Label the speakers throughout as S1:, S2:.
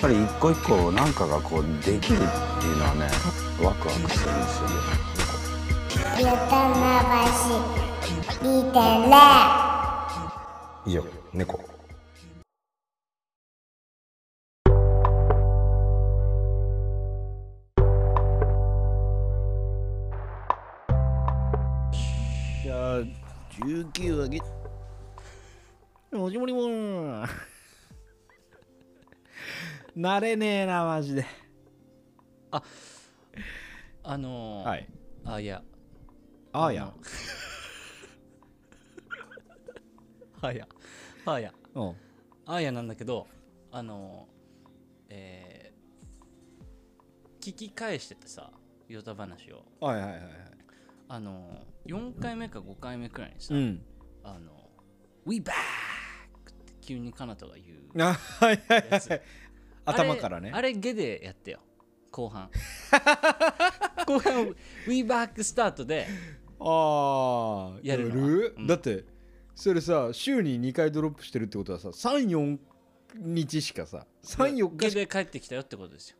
S1: ぱり一個一個なんかがこうできるっていうのはねワクワクするんですよね
S2: ゆたまばし見てね
S3: 以上猫
S4: じゃあ、19はげ。もじもりもーん。慣れねえな、マジで。
S5: あのー
S4: はい。
S5: あいや
S4: あーや。
S5: はやはや
S4: うん。
S5: あやなんだけどあのえー聞き返しててさヨタ話を
S4: はいはいはいはい。
S5: あの4回目か5回目くらいにさ、
S4: うん。
S5: あの「We back!」って急にカナタが言う
S4: あはいはいは
S5: やつ
S4: い。頭からね。
S5: あれあれゲでやってよ 後半後半「We back!」スタートで
S4: ああ
S5: やるのうん
S3: だってそれさ週に2回ドロップしてるってことはさ34日しかさ34
S5: ゲ
S3: 日しか
S5: で帰ってきたよってことですよ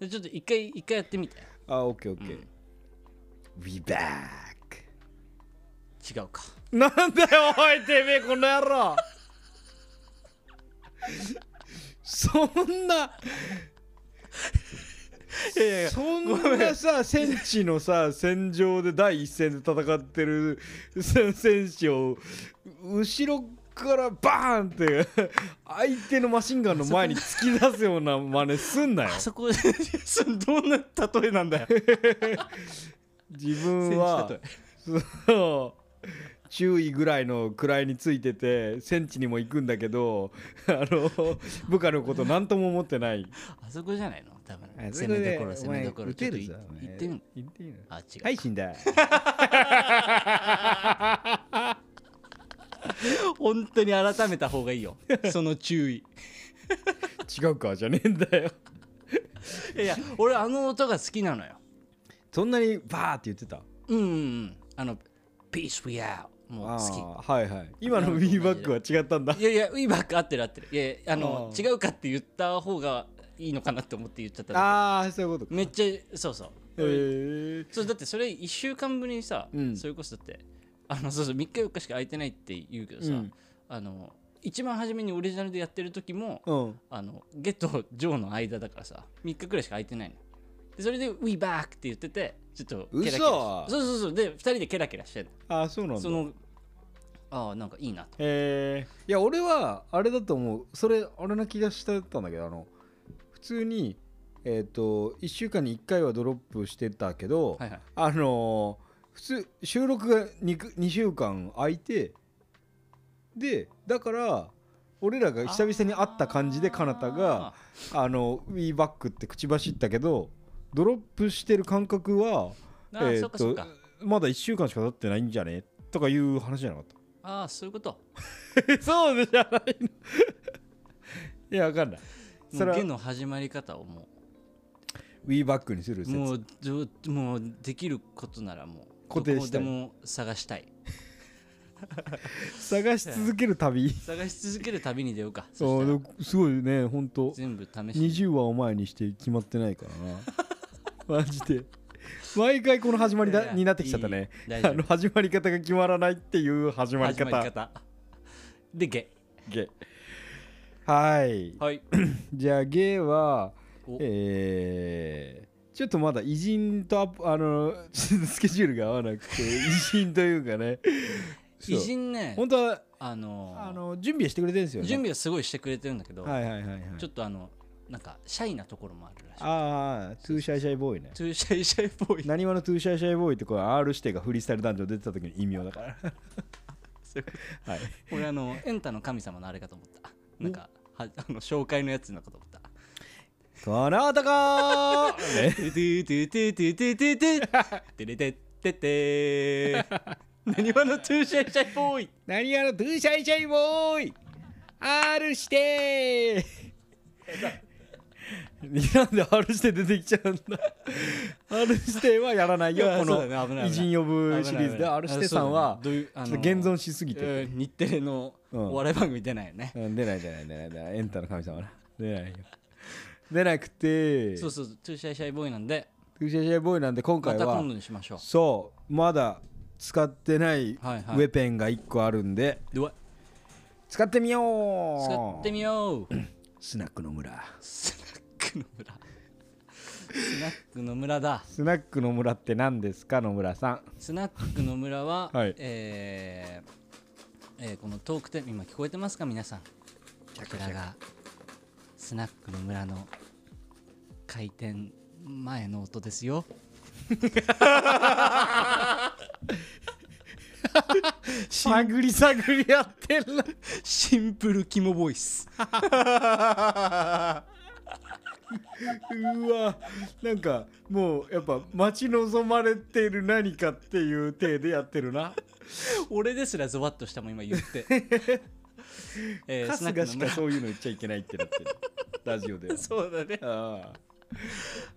S5: でちょっと一回一回やってみて
S3: あオッケーオッケー
S5: うん、
S3: We back
S5: 違うか
S3: なんだよおいてめえこの野郎そんなそんなさ戦地のさ戦場で第一線で戦ってるせ戦士を後ろからバーンって相手のマシンガンの前に突き出すような真似すんなよ
S5: あそこそれどんな例えなん だよ
S3: 自分は
S5: 選手
S3: そう注意ぐらいの位についてて戦地にも行くんだけどあの部下のこと何とも思ってない
S5: あそこじゃないの多分攻めどころ攻めどころちょっとい言ってみる
S3: 言っていいの
S5: あ違う、
S3: はい死んだ
S5: 本当に改めた方がいいよ その注意
S3: 違うかじゃねえんだよ
S5: いや俺あの音が好きなのよ
S3: そんなにバーって言ってた
S5: うんうんうんあの「Peace We Are」もう好
S3: あーはいはい今のウィーバックは違ったんだ
S5: きいやいや「We Back」合ってる合ってるいやいやあの
S3: あ
S5: 違うかって言った方がいいのかなって思って言っちゃっただ
S3: ああそういうこと
S5: け
S3: か
S5: めっちゃそうそう
S3: へえ
S5: そうだってそれ1週間ぶりにさ、
S3: うん
S5: それこそだってあのそうそう3日4日しか空いてないって言うけどさ、
S3: うん
S5: あの一番初めにオリジナルでやってる時も、
S3: うん
S5: あのゲとジョーの間だからさ3日くらいしか空いてないのでそれで「We Back」って言っててちょっとケラケラし
S3: 嘘
S5: そうそうそうで2人でケラケラしてる
S3: ああそうなんだ
S5: そのああなんかいいなと
S3: えーいや俺はあれだと思うそれあれな気がしてたんだけどあの普通にえっ、と1週間に1回はドロップしてたけど、
S5: はいはい
S3: あのー普通収録が 2, 2週間空いてでだから俺らが久々に会った感じでかなたが「あのウィーバック」って口走ったけどドロップしてる感覚は
S5: あー、
S3: えー
S5: そうかそうか
S3: まだ1週間しか経ってないんじゃねとかいう話じゃなかった
S5: ああそういうこと
S3: そうじゃないのいやわかんないそれ
S5: もう
S3: は
S5: ゲの始まり方をも
S3: We Back にする
S5: う
S3: 説
S5: もうどうもうできることならもう
S3: 固定
S5: どこ
S3: した
S5: で
S3: い
S5: も探したい
S3: 探し続ける旅
S5: 探し続ける旅に出よ うか
S3: あ
S5: そしたら
S3: ーすごいねほんと
S5: 全部試してみる
S3: 20話を前にして決まってないから なマジで毎回この始まり
S5: いやい
S3: だ
S5: や
S3: になってきちゃったね
S5: いい大丈夫
S3: あの始まり方が決まらないっていう始まり
S5: 始
S3: 方
S5: まり方 でゲ
S3: ゲはい
S5: はい
S3: じゃあゲイは
S5: お
S3: えーちょっとまだ偉人とアッあの ちょっとスケジュールが合わなくて偉人というか ねそう
S5: 偉人ね
S3: 本当は
S5: あの
S3: あの準備はしてくれてるんですよね
S5: 準備はすごいしてくれてるんだけど、
S3: はいはいはいはい
S5: ちょっとあのなんかシャイなところもあるらしい
S3: ああトゥーシャイシャイボーイね
S5: トゥーシャイシャイっぽい
S3: なにわのトゥーシャイシャイボーイってこう R 指定がフリースタイルダンジョン出てた時の異名だから はい
S5: 俺あのエンタの神様のあれかと思ったなんかはあの紹介のやつなのかと思った
S3: この男 ね
S5: トゥトゥトゥトゥトゥトゥトゥトゥトゥレテッテテー何話のトゥーシャイシャイっぽい
S3: なにわのトゥーシャイシャイボーイ R して なんで R して出てきちゃうんだ R してはやらないよ
S5: いや
S3: この
S5: そうだね危ない
S3: 偉人呼ぶシリーズ
S5: 危
S3: で
S5: ない
S3: R してさんは
S5: あ
S3: ち
S5: そうだねどういう
S3: ょ
S5: あ
S3: っ
S5: の
S3: と現存しすぎてる
S5: うん日テレのお笑い番組出ないよね
S3: うん出ない出ない出ない出ないエンタの神様な出ないよ出なくて
S5: そうそうトゥーシャイシャイボーイなんで
S3: トゥーシャイシャイボーイなんで今
S5: ま
S3: 回
S5: た
S3: は
S5: 今度にしましょう
S3: そうまだ使ってないウ
S5: はいはい
S3: ェペンが1個あるんで、
S5: でわ
S3: 使ってみよう
S5: 使ってみよう
S3: スナックの村
S5: スナックの村スナックの村だ
S3: スナックの村って何ですか野村さん
S5: スナックの村は、
S3: はい
S5: えーえーこのトークテーマ今聞こえてますか皆さんこちらがスナックの村の開店前の音ですよ
S3: 探り探りやってるな
S5: シンプルキモボイス
S3: うわなんかもうやっぱ待ち望まれている何かっていう体でやってるな
S5: 俺ですらゾワッとしたもん今言って えースナッ
S3: 春日
S5: クの
S3: し
S5: 村
S3: かそういうの言っちゃいけないってなってるラジオでは
S5: そうだね
S3: あ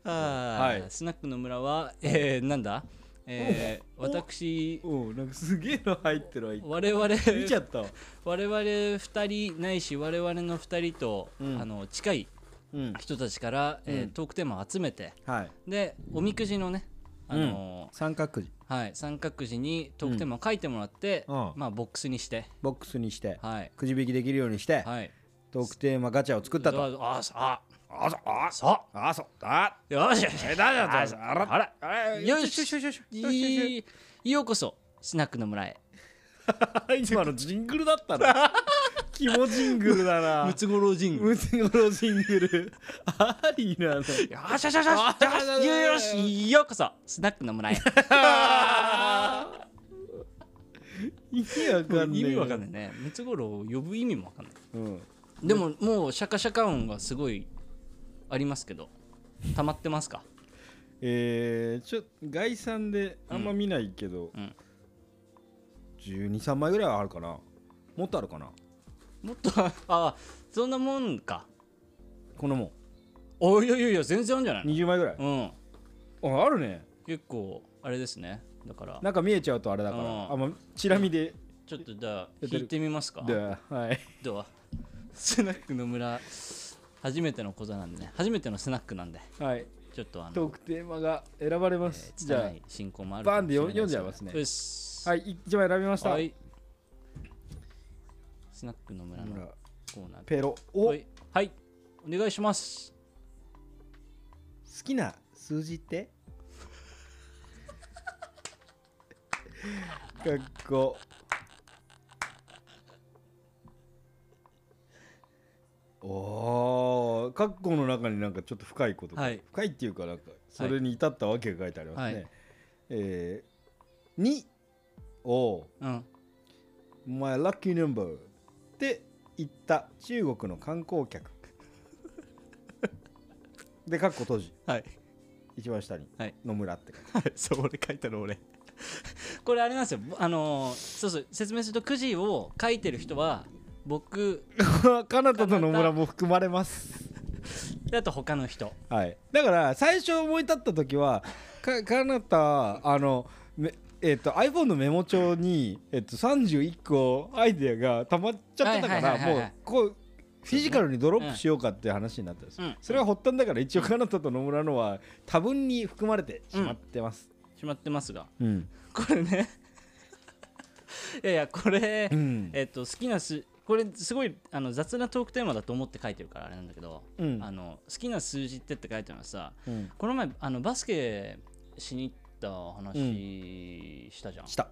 S3: あ
S5: は
S3: はい
S5: い、スナックの村は、えー、なんだ、えー、私
S3: おうなんかすげえの入ってるわ
S5: 我々
S3: 見ちゃったわ
S5: 我々2人ないし我々の2人と、
S3: ん
S5: あの近い
S3: うん
S5: 人たちから、えー
S3: うん
S5: トークテーマを集めて
S3: はい
S5: でおみくじのね、あの
S3: 三角字
S5: ーはい、三角字にトークテーマを書いてもらって、
S3: うん
S5: まあ、ボックスにして、
S3: ボックスにして
S5: はい
S3: くじ引きできるようにして
S5: はい、
S3: トークテーマガチャを作 ったと
S5: ああさ
S1: あそあそ
S5: さ
S1: あそあ
S5: よし
S1: えだだだあらあら
S5: よしいようこそスナックの村へ
S3: 今のジングルだったな 肝ジングルだな
S5: ムツゴロウ神宮
S3: ムツゴロウジングルありなの
S5: よしよしよしよしよしよしようこそスナックの村へ
S3: 意味わかんねえ
S5: 意味わかんないねムツゴロウを呼ぶ意味もわかんない
S3: うん
S5: でももうシャカシャカ音がすごいありますけど溜まってますか
S3: えー、ちょ概算であんま見ないけど、
S5: うん
S3: 123枚ぐらいはあるかなもっとあるかな
S5: もっとあそんなもんか
S3: このも
S5: おいやいやいや全然あるんじゃない
S3: ん20枚ぐらい
S5: うん
S3: ああるね
S5: 結構あれですねだから
S3: なんか見えちゃうとあれだから
S5: うん
S3: あんまチラ見で
S5: ちょっとじゃあ
S3: やってる
S5: 弾いてみますか
S3: ではい
S5: どうスナックの村初めてのことなんでね初めてのスナックなんで
S3: はい
S5: ちょっとあの
S3: トークテーマが選ばれます、
S5: じ
S3: じ
S5: ゃあ
S3: ゃ
S5: 進行もある
S3: バーンで読読んじゃいますね
S5: よし
S3: あはい1枚選びました、
S5: はいスナックの村
S3: ほ
S5: の
S3: ら
S5: コーナーで
S3: ペロお、
S5: はいはいお願いします
S3: 好きな数字 ってかっこおーかっこの中になんかちょっと深いことが、
S5: はい
S3: 深いっていうかなんかそれに至ったわけが書いてありますね、
S5: はい
S3: えー、2を
S5: うん
S3: 「My lucky number」って言った中国の観光客でかっこ閉じ
S5: はい
S3: 一番下に
S5: はい
S3: 野村って 書いて
S5: そう俺書いたの俺 これあれなんですよあのーそうそう説明するとくじを書いてる人は僕
S3: あるカナダと野村も含まれます
S5: だと他の人
S3: はいだから最初思い立った時はかカナダあのめえっと iPhone のメモ帳に、えっと31個アイデアが溜まっちゃってたか
S5: は
S3: ら
S5: いはいはい
S3: も
S5: はいう
S3: こうフィジカルにドロップしようかっていう話になったんです、
S5: うん
S3: それは発端だから一応カナダと野村のは多分に含まれてしまってます
S5: しまってますが
S3: うん、
S5: これねいやいやこれ、
S3: うん
S5: えっと好きなすこれすごいあの雑なトークテーマだと思って書いてるからあれなんだけど、
S3: うん
S5: あの好きな数字ってって書いてあるのはさ
S3: うん、
S5: この前あのバスケしに行った話したじゃん、
S3: した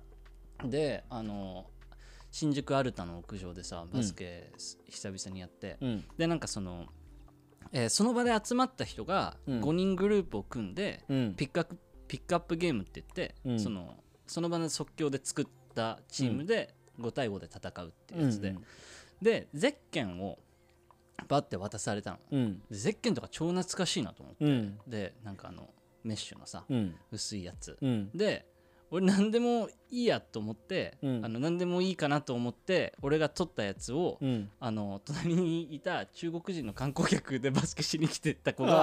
S5: であの新宿アルタの屋上でさバスケす久々にやって、
S3: うん
S5: でなんかその、えーその場で集まった人が
S3: うん
S5: 5人グループを組んで、
S3: うん
S5: ピックアップピックアップゲームって言って、
S3: うん
S5: そのその場の即興で作ったチームで5対5で戦うっていうやつで、
S3: うんうん
S5: でゼッケンをバッて渡されたの
S3: うん
S5: でゼッケンとか超懐かしいなと思って、
S3: うん
S5: でなんかあのメッシュのさ、
S3: うん
S5: 薄いやつ、
S3: うん
S5: で俺何でもいいやと思って、
S3: うん
S5: あの何でもいいかなと思って俺が取ったやつを、
S3: うん
S5: あの隣にいた中国人の観光客でバスケしに来てた子が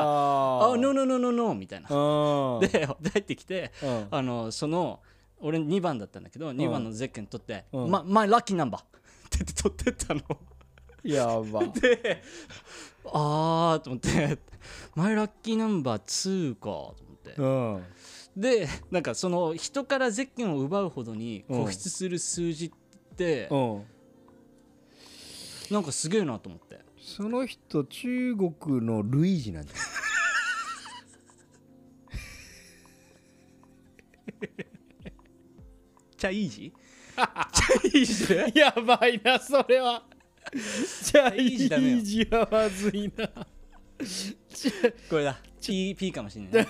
S5: 「
S3: あ
S5: あノーノーノーノーノー」みたいな。
S3: あー
S5: で 入ってきて
S3: うん
S5: あのその俺2番だったんだけど2番のゼッケン取って「
S3: うん
S5: まマイラッキーナンバー」って言って取ってったの。
S3: やば
S5: で あーと思って 前ラッキーナンバー2かと思って
S3: うん
S5: でなんかその人からゼッケンを奪うほどに
S3: うん
S5: 固執する数字って
S3: うん
S5: なんかすげえなと思って
S3: その人中国のルイージなんだよ
S5: チャイージ
S4: やばいなそれは
S3: じゃあ
S5: いい字だね
S3: いい字はまずいな
S5: これだ PP かもしれない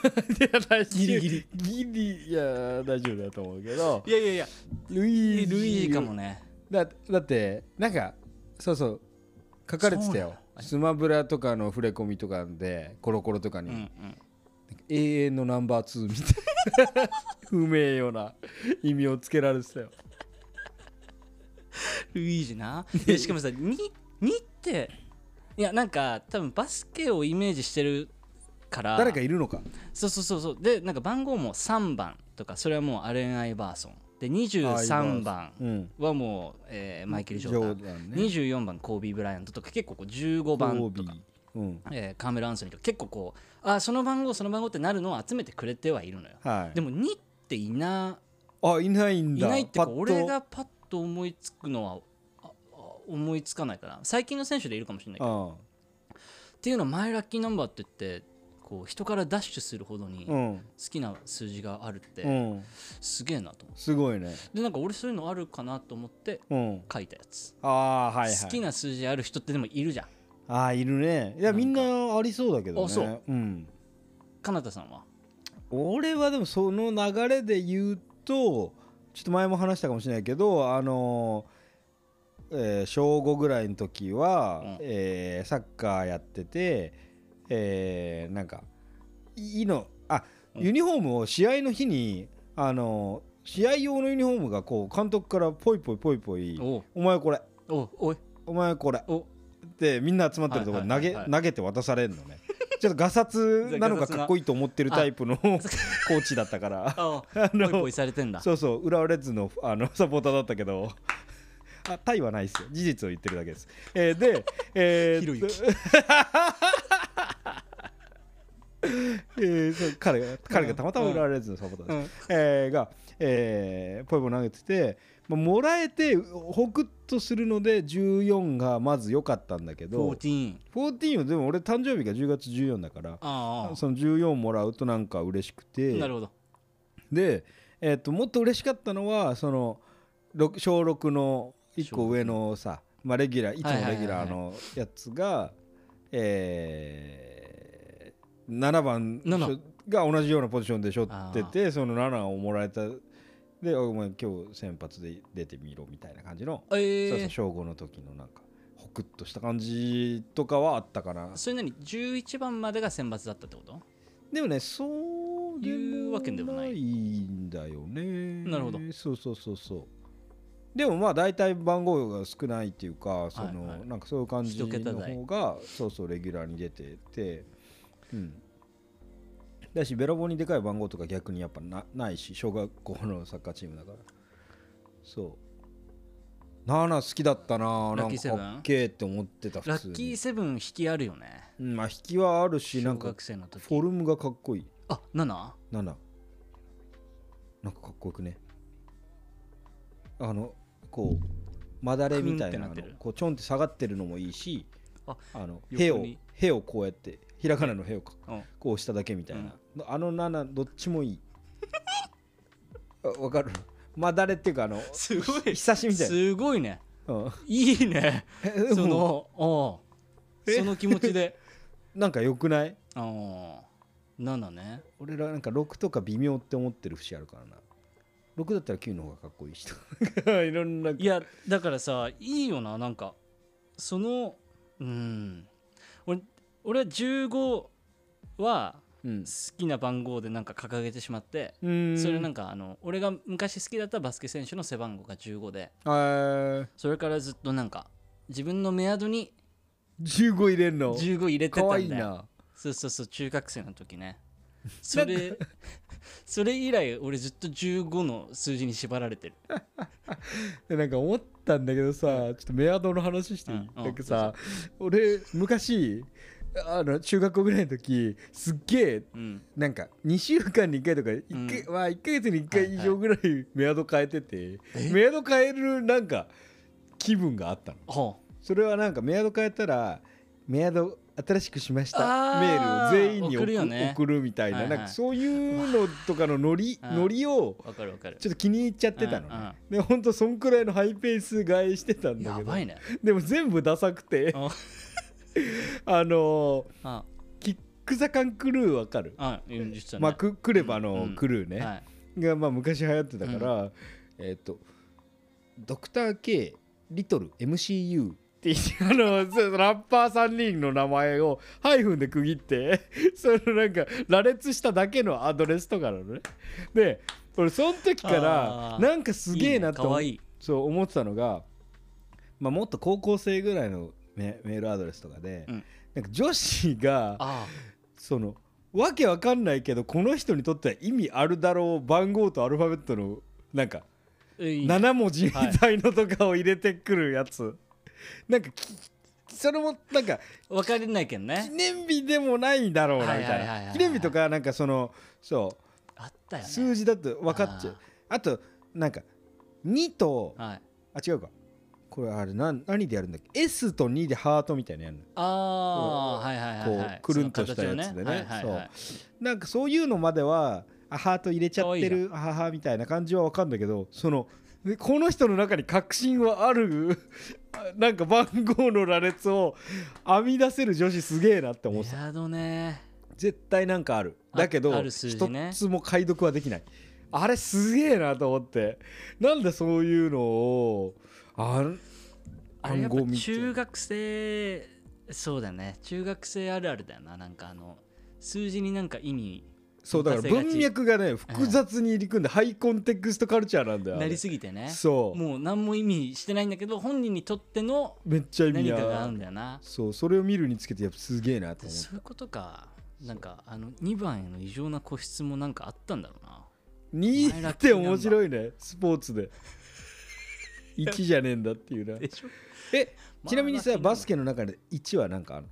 S3: ギリギリギリいや大丈夫だと思うけど
S5: いやいやいや
S3: ルイ
S5: ルイージかもね
S3: だだってなんかそうそう書かれてたよスマブラとかの触れ込みとかでコロコロとか
S5: う
S3: に、
S5: んうん
S3: 永遠のナンバー2みたいな不明ような意味をつけられてたよ
S5: ルイージ ないやしかもさににっていやなんか多分バスケをイメージしてるから
S3: 誰かいるのか
S5: そうそうそうそうでなんか番号も3番とかそれはもうアレン・アイバーソンで23番
S3: うん
S5: はもう、えーマイケル・ジョーダン
S3: ジョーダンね
S5: 24番コービー・ブライアントとか結構こう15番とか、
S3: うん、
S5: えーカーメル・アンソニーとか結構こうあその番号その番号ってなるのを集めてくれてはいるのよ、
S3: はい
S5: でも2っていな
S3: あいないん
S5: い
S3: だ
S5: ないっていう
S3: パ
S5: か
S3: ッと
S5: 俺がパッと思いつくのはああ思いつかないから最近の選手でいるかもしれないけど
S3: あ
S5: っていうのはマイラッキーナンバーって言ってこう人からダッシュするほどに
S3: う
S5: 好
S3: ん、
S5: きな数字があるって、
S3: うん、
S5: すげえなと思っ
S3: すごいね
S5: てでなんか俺そういうのあるかなと思って
S3: うん
S5: 書いたやつ、
S3: ああはいはい
S5: 好きな数字ある人ってでもいるじゃん
S3: ああいるねいや
S5: なんか
S3: みんなありそうだけどね
S5: あそう、
S3: うん、
S5: かなたさんは
S3: 俺はでもその流れで言うとちょっと前も話したかもしれないけどあのーえー小5ぐらいの時は、
S5: うん
S3: えーサッカーやっててえーなんかいいのあ
S5: うん
S3: ユニフォームを試合の日にあのー試合用のユニフォームがこう監督からポイポイポイポイ
S5: おう
S3: 「お前これ
S5: おうおい
S3: お前これ」
S5: お
S3: ってみんな集まってるところ投
S5: はいはい
S3: げ
S5: はいはい
S3: 投げて渡されるのね ちょっとガサツなのがかっこいいと思ってるタイプの コーチだった から
S5: あ
S3: あ
S5: おい
S3: の
S5: ぽいされてんだ
S3: そうそう浦和レッズのあのサポーターだったけどあタイはないですよ事実を言ってるだけです、えーで、えーっと
S5: ひろゆき
S3: えーそう彼が彼がたまたま浦和レッズのサポーターです、えーが、えーポイポイ投げてて、まあ、もらえてホクッとするので14がまず良かったんだけど
S5: 14
S3: 14はでも俺誕生日が10月14だから
S5: ああ
S3: その14もらうとなんか嬉しくて
S5: なるほど
S3: で、えー、ともっと嬉しかったのはその六小6の1個上のさ、まあ、レギュラーいつもレギュラーのやつが、えー、7番
S5: 七
S3: が同じようなポジションでしょっててその7をもらえたで「お前今日先発で出てみろ」みたいな感じの、
S5: え
S3: そうそ
S5: ー
S3: う小5の時のなんかホクッとした感じとかはあったかな
S5: それなに11番までが選抜だったってこと
S3: でもねそうで
S5: いう
S3: も
S5: わけでもない
S3: ないんだよね
S5: なるほど
S3: そうそうそうそうでもまあ大体番号が少ないっていうかその、
S5: はいはい
S3: なんかそういう感じ
S5: 一桁
S3: の
S5: 台
S3: 方がそうそうレギュラーに出ててうんだしべらぼうにでかい番号とか逆にやっぱなないし小学校のサッカーチームだからそう7好きだったなな
S5: ラッ
S3: ん
S5: キ
S3: か
S5: ーセブン
S3: かっけえって思ってた
S5: ラ
S3: 普通
S5: ッ
S3: に
S5: キーセブン引きあるよね
S3: うんまあ引きはあるしな
S5: 小
S3: んか
S5: 学生の時
S3: フォルムがかっこいい
S5: あ七
S3: 7なんかかっこよくねあのこうまだれみたいな
S5: クンってな
S3: の
S5: ってる
S3: こうちょんって下がってるのもいいし
S5: あ
S3: あのへ
S5: 横
S3: を
S5: に
S3: へをこうやってひらがなのへをこ
S5: うん
S3: こう押しただけみたいな、あの7どっちもい いあわかるまだれっていうかあの
S5: すごい
S3: 久しみたい
S5: すごいね
S3: な、うん
S5: いいね
S3: え、
S5: そ
S3: も
S5: のおうその気持ちで
S3: うなんかよくない
S5: ああ7ね
S3: 俺らなんか6とか微妙って思ってる節あるからな6だったら9の方がかっこいいしとか いろんない
S5: やだからさいいよななんかそのうん俺俺は15は
S3: うん
S5: 好きな番号でなんか掲げてしまってそ
S3: そ
S5: れなん
S3: か
S5: んかあの俺が昔好きだったバスケ選手の背番号が15で
S3: え
S5: それからずっとなんか自分のメアドに
S3: ー、15入れんの
S5: 15入れ
S3: か
S5: てたんだよ
S3: わいいな
S5: そうそうそう中学生の時ねそれ それ以来俺ずっと15の数字に縛られてる
S3: でなんか思ったんだけどさ、ちょっとメアドの話していい、
S5: うんうん
S3: なんかさ、俺昔あの中学校ぐらいの時すっげえ
S5: うん
S3: なんか2週間に1回とか
S5: ん
S3: 1か、まあ、1ヶ月に1回以上ぐらいメアド変えてて、メアド変えるなんか気分があったの
S5: ほ
S3: それはなんかメアド変えたらメアド新しくしました
S5: あー
S3: メールを全員に送
S5: 送
S3: 送
S5: る
S3: る,、
S5: よね
S3: みたいな,、
S5: はいはい
S3: なんかそういうのとかのノリ
S5: うん
S3: ノリを
S5: うわかるわかる
S3: ちょっと気に入っちゃってたの、ね
S5: うんうん
S3: でほんとそんくらいのハイペース買いしてたんだ
S5: や
S3: けど
S5: ばいね
S3: でも全部ダサくて
S5: あ
S3: あの
S5: あ
S3: ーキックザカンクルーわかる、
S5: あうん実はね
S3: まあ、ククレバのクルーね、
S5: はい
S3: がまあ昔流行ってたから、えっ、と「ドクター k リトル MCU」って言ってあのそうラッパー3人の名前をハイフンで区切って そのなんか羅列しただけのアドレスとかなのねで俺その時から
S5: あー
S3: なんかすげえなと
S5: いいね
S3: 思
S5: 可
S3: っ
S5: 愛い
S3: そう思ってたのが、まあ、もっと高校生ぐらいのメメールアドレスとかで、
S5: うん
S3: なんか女子が
S5: あ
S3: そのわけわかんないけどこの人にとっては意味あるだろう番号とアルファベットのなんか
S5: あいいね
S3: 7文字みたいのとかを入れてくるやつ、なんかきそれもなんか
S5: わかれないけん
S3: 記
S5: ね
S3: 念日でもないだろうなみ
S5: はいは
S3: た
S5: いはい
S3: い
S5: はい
S3: な
S5: はい
S3: 記念日とかなんかそのそ
S5: あったよ
S3: う
S5: ね
S3: 数字だと分かっちゃうあとなんか2と
S5: はい
S3: あ違うかこれあれな何でやるんだっけ S と2でハートみたいなのやるの
S5: ああーはいはいはいは
S3: こ
S5: い
S3: うくるんとしたやつでね
S5: その形をはいはいはい
S3: なんかそういうのまではあハート入れちゃってるあははみたいな感じはわかんだけどそのでこの人の中に確信はある なんか番号の羅列を編み出せる女子すげえなって思ってた
S5: メアドね
S3: 絶対なんかある
S5: あ
S3: だけど
S5: ある数字
S3: 一
S5: ね
S3: つも解読はできないあれすげえなと思ってなんでそういうのをあん
S5: あれやっぱ
S3: 暗号見て
S5: 中学生そうだね中学生あるあるだよななんかあの数字になんか意味
S3: そうだから
S5: 任せがち
S3: 文脈がね複雑に入り組んでハイコンテクストカルチャーなんだよあれ
S5: なりすぎてね
S3: そう
S5: もう何も意味してないんだけど本人にとっての
S3: めっちゃ意味
S5: 何
S3: あ
S5: か
S3: る
S5: があるんだよな
S3: そうそれを見るにつけてやっぱすげえなと思っ
S5: そういうことかなんかあの2番への異常な個室もなんかあったんだろうな
S3: て2って
S5: お前ラッキーナンバー
S3: 面白いねスポーツで1じゃねえんだって いうな
S5: でしょ
S3: えちなみに
S5: ま
S3: さ
S5: あまあ
S3: バスケの中で1は何かある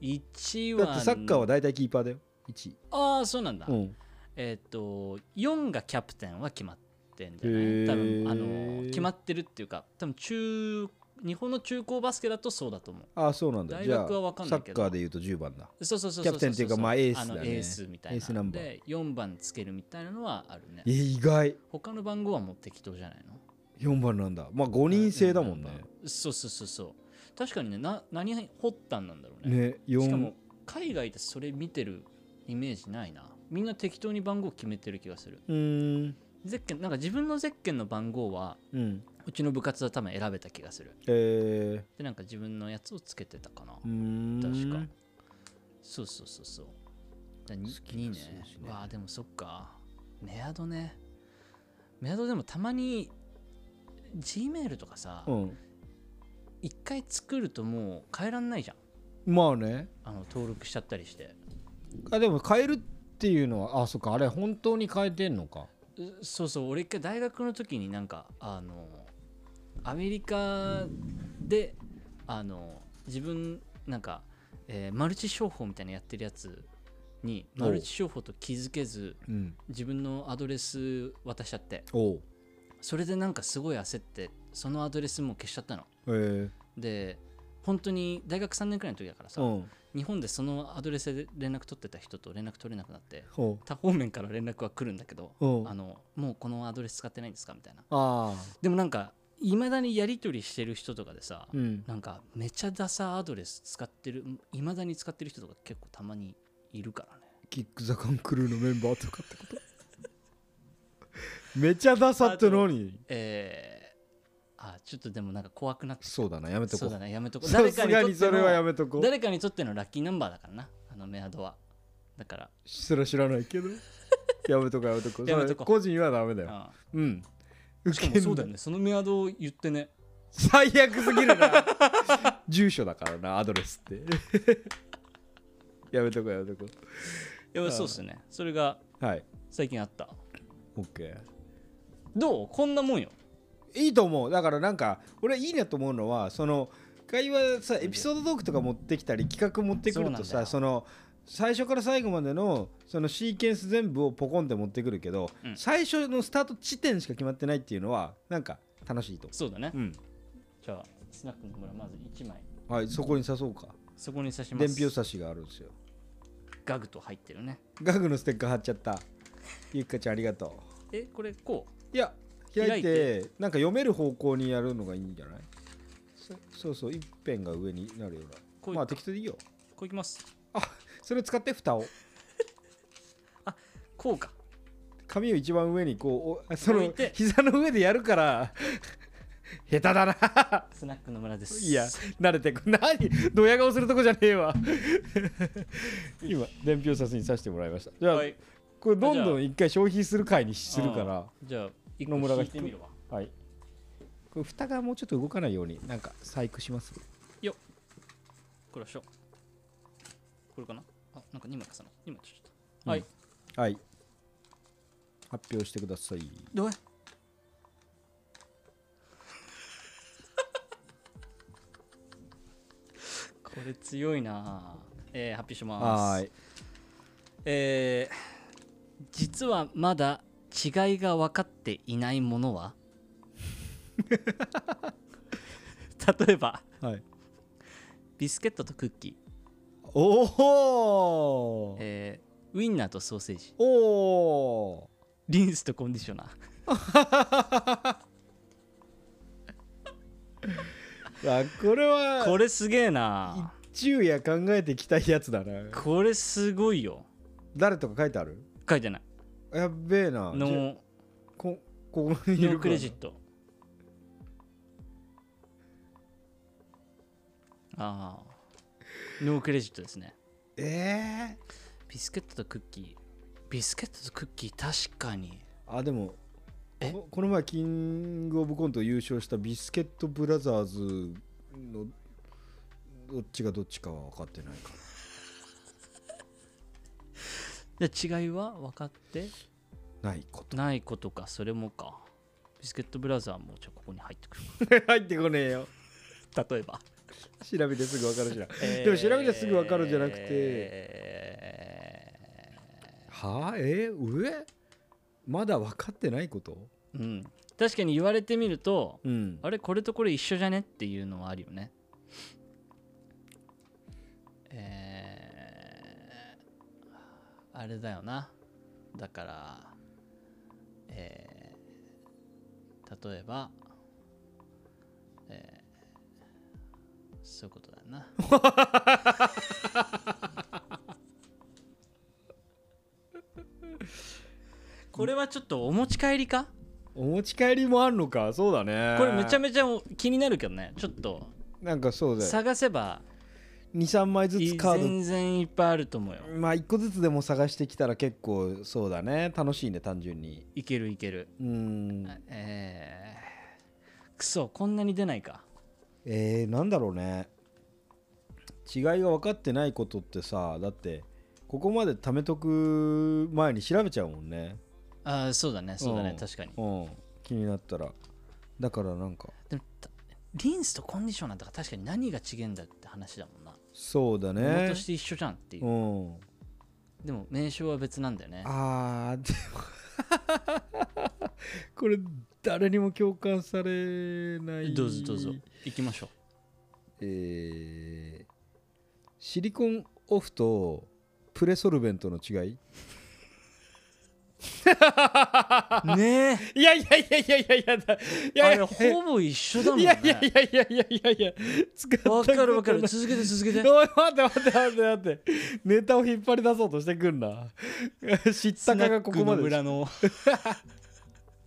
S5: 1
S3: のだ
S5: は
S3: ってサッカーは大体キーパーだよ1
S5: ああそうなんだ、
S3: うん
S5: えっ、と4がキャプテンは決まってんじゃな
S3: へ
S5: い
S3: ー
S5: 多分あの決まってるっていうか多分中日本の中高バスケだとそうだと思う
S3: ああそうなんだ
S5: 大
S3: じゃあ
S5: 学はわかん
S3: サ
S5: ないけ
S3: ッ
S5: ど
S3: カーで言うと10番だ
S5: そうそうそうそう
S3: キャプテンっていうかまあエースだね
S5: のエースみたいな
S3: エースナンバー
S5: で4番つけるみたいなのはあるね
S3: え意外
S5: 他の番号はもう適当じゃないの
S3: 4番なんだまあ5人制だもんね
S5: そうそうそうそう確かにねな何発端なんだろうね
S3: ね
S5: しか
S3: 4
S5: も海外でそれ見てるイメージないなみんな適当に番号決めてる気がする
S3: うーん
S5: ゼッケンなんか自分のゼッケンの番号は
S3: うん
S5: うちの部活は多分選べた気がする
S3: えー
S5: でなんか自分のやつをつけてたかな、
S3: うーん
S5: 確かそうそうそうそうだに
S3: 好きな
S5: に
S3: 数
S5: ね
S3: 字ね
S5: わあでもそっかメアドねメアドでもたまに G メールとかさ
S3: うん
S5: 一、回作るともう変えらんないじゃん
S3: まあね
S5: あの登録しちゃったりして
S3: あでも変えるっていうのはあそっかあれ本当に変えてんのか
S5: うそうそう俺一回大学の時になんかあのアメリカであの自分なんか、えーマルチ商法みたいなのやってるやつに
S3: おう
S5: マルチ商法と気づけず
S3: うん
S5: 自分のアドレス渡しちゃって
S3: おう
S5: それでなんかすごい焦ってそのアドレスもう消しちゃったの
S3: えー、
S5: で本当に大学3年くらいの時だからさ、
S3: うん
S5: 日本でそのアドレスで連絡取ってた人と連絡取れなくなって
S3: おう
S5: 他方面から連絡は来るんだけど、
S3: うん
S5: あのもうこのアドレス使ってないんですかみたいな
S3: ああ
S5: でもなんかいまだにやり取りしてる人とかでさ、
S3: うん
S5: なんかめちゃダサアドレス使ってるいまだに使ってる人とか結構たまにいるからね
S3: キック・ザ・カンクルーのメンバーとかってこと めちゃダサって何
S5: えー、あちょっとでもなんか怖くなって
S3: そうだなやめと
S5: そ
S3: こ
S5: うだ
S3: う
S5: ねやめとこう
S3: さすがにそれはや
S5: め
S3: めとこう
S5: 誰かにとってのラッキーナンバーだからなあのメアドはだから
S3: それは知らないけどやめとこうやめとこう
S5: やめとこう
S3: それ個人はダメだよ
S5: あ
S3: うん
S5: しかもそうだよねそのメアドを言ってね
S3: 最悪すぎるな 住所だからなアドレスってやめとこうやめとこう
S5: いやそうっすねそれが
S3: はい
S5: 最近あった
S3: OK
S5: どうこんなもんよ
S3: いいと思うだからなんか俺はいいなと思うのはその会話さエピソードトークとか持ってきたり企画持ってくると
S5: そうなんだよ
S3: さその最初から最後までのそのシーケンス全部をポコンって持ってくるけど、
S5: うん
S3: 最初のスタート地点しか決まってないっていうのはなんか楽しいと
S5: そうだね、
S3: 思う、うん
S5: じゃあスナックの村まず1枚
S3: はい、そこに刺そうか
S5: そこに刺しま
S3: 伝
S5: す
S3: 票差しがあるんですよ
S5: ガグと入ってるね
S3: ガグのステッカー貼っちゃったゆっかちゃんありがと
S5: えこれこう
S3: ういや開
S5: 開
S3: い
S5: い
S3: て
S5: て
S3: なんか読める方向にやるのがいいんじゃないそそうそう一辺が上になるよう
S5: こう
S3: ないまあ適当でいいよ
S5: こういきます
S3: それを使って蓋を
S5: こうか
S3: 紙を一番上にこうおその
S5: 置いて
S3: 膝の上でやるから下手だ な
S5: スナックの村です
S3: いや慣れてく何ドヤ顔するとこじゃねえ わ今伝票差しに刺してもらいましたじゃあ、
S5: はい
S3: これどん
S5: じゃ
S3: ど
S5: あ
S3: ん一回消費する回にするか
S5: あ
S3: ら
S5: ーじゃあ一個
S3: 野村が引
S5: 引い
S3: く
S5: てみるわ
S3: はい。これ蓋がもうちょっと動かないようになんか細工します。
S5: これはしょこれかなあなんか2枚重な2枚ちょっと、はい
S3: はい。発表してください。
S5: どう やこれ強いなえー、発表します
S3: はい。
S5: えー実はまだ違いが分かっていないも のは例えば
S3: はい。
S5: ビスケットとクッキ
S3: お
S5: ー、
S3: お。
S5: えーウインナーとソーセージ
S3: おお。
S5: リンスとコンディショナー
S3: あ、これは。
S5: これすげえな
S3: 一夜考えてきたやつだな。
S5: これすごいよ
S3: 誰とか書いてある。
S5: 書いてない
S3: やっべえな。
S5: ノ
S3: じゃ
S5: ー
S3: こ、ここにい
S5: ノ
S3: る
S5: ークレジッ
S3: ト。
S5: トああノークレジットですね
S3: ええ
S5: ビスケットとクッキービスケットとクッキー確かに
S3: あ、でも。
S5: え
S3: ここの前キングオブコント優勝したビスケットブラザーズのどっちがどっちかは分かってないか
S5: じゃあ違いは分かって
S3: らないこと
S5: ないことかそれもかビスケットブラザーもじゃあここに入って くる
S3: 入ってこねえよ
S5: 例えば
S3: 調べてすぐ分かるじゃん、でも調べてすぐ分かるじゃなくて、
S5: え
S3: はあえー上まだ分かってないこと
S5: ーうん確かに言われてみると
S3: うん
S5: あれこれとこれ一緒じゃねっていうのはあるよね。えー、あれだよな。だから、えー、例えば、えー、そういうことだよ な。これはちょっとお持ち帰りか
S3: お持ち帰りもあんのかそうだね
S5: これめちゃ
S3: ち
S5: めちゃ気になるけどねちょっと
S3: ゃなんかそうだよ
S5: 探せば
S3: 23枚ずつカー
S5: 全然いっぱいあると思うよ
S3: ドまあ1個ずつでも探してきたら結構そうだね楽しいね単純に
S5: いけるいける
S3: うん
S5: えー、くそこんなに出ないか
S3: えー、なんだろうね違いが分かってないことってさだってここまで貯めとく前に調べちゃうもんね
S5: あーそうだねそうだ
S3: う
S5: ね
S3: ん
S5: 確かに
S3: うん気になったらだからなんか
S5: でもたリンスとコンディショナーとか確かに何が違えんだって話だもんな
S3: そうだ
S5: もの
S3: ね
S5: として一緒じゃんっていう
S3: うん
S5: でも名称は別なんだよね
S3: あーでも これ誰にも共感されない
S5: どうぞどうぞ行きましょう
S3: えーシリコンオフとプレソルベントの違い
S5: ね
S3: いやいやいやいやいやいやだい
S5: えあれほぼ一緒だもんね
S3: やいやいやいやいや使ったこ
S5: わ
S3: と
S5: か
S3: ない
S5: るわかる続けて続けて
S3: おい待って待って待って待ってネタを引っ張り出そうとしてくんな知ったかがここまで
S5: スナ ックの村の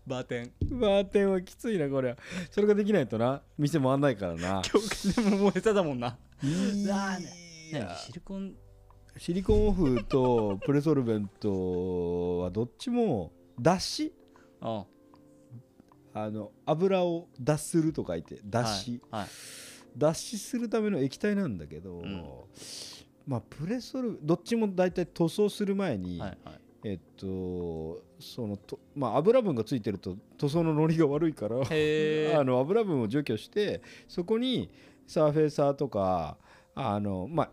S5: バーテン
S3: バーテンはきついなこれはそれができないとな店回んないからな
S5: 教科でももう下手だもんな。
S3: いや
S5: 何シリコン
S3: シリコンオフとプレソルベントはどっちも脱脂
S5: あ
S3: あの油を脱すると書いて脱脂、
S5: はいはい
S3: 脱脂するための液体なんだけど、
S5: ん
S3: まあプレソルどっちも大体塗装する前に、
S4: はいはい
S3: えっとそのとまあ油分がついてると塗装のノリが悪いから
S4: へ
S3: あの油分を除去してそこにサーフェイサーとかあのまあ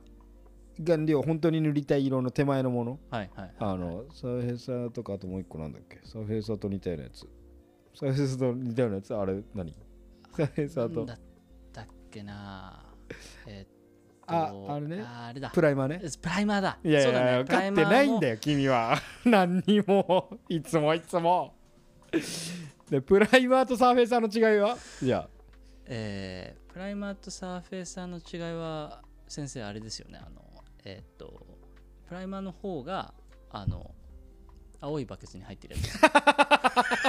S3: 顔料本当に塗りたい色の手前のもの
S4: はいはい
S3: あのサーフェイサーとかあともう一個なんだっけサーフェイサーと似たようなやつサーフェイサーと似たようなやつあれ何サーフェイサー
S5: なん
S3: と
S5: だったっけなえっ
S3: あ
S5: と
S3: あれね
S5: あれだ
S3: プライマーね
S5: プライマーだ
S3: いやい
S5: そうだ
S3: や、分
S5: ねプ
S3: か
S5: ラ
S3: っ
S5: イマ
S3: て
S5: ーも
S3: ないんだよ君は 何にもいつもいつもでプライマーとサーフェイサーの違いはじゃ
S5: えープライマーとサーフェイサーの違いは先生あれですよねあのえーっとプライマーの方があの青いバケツに入ってる やつ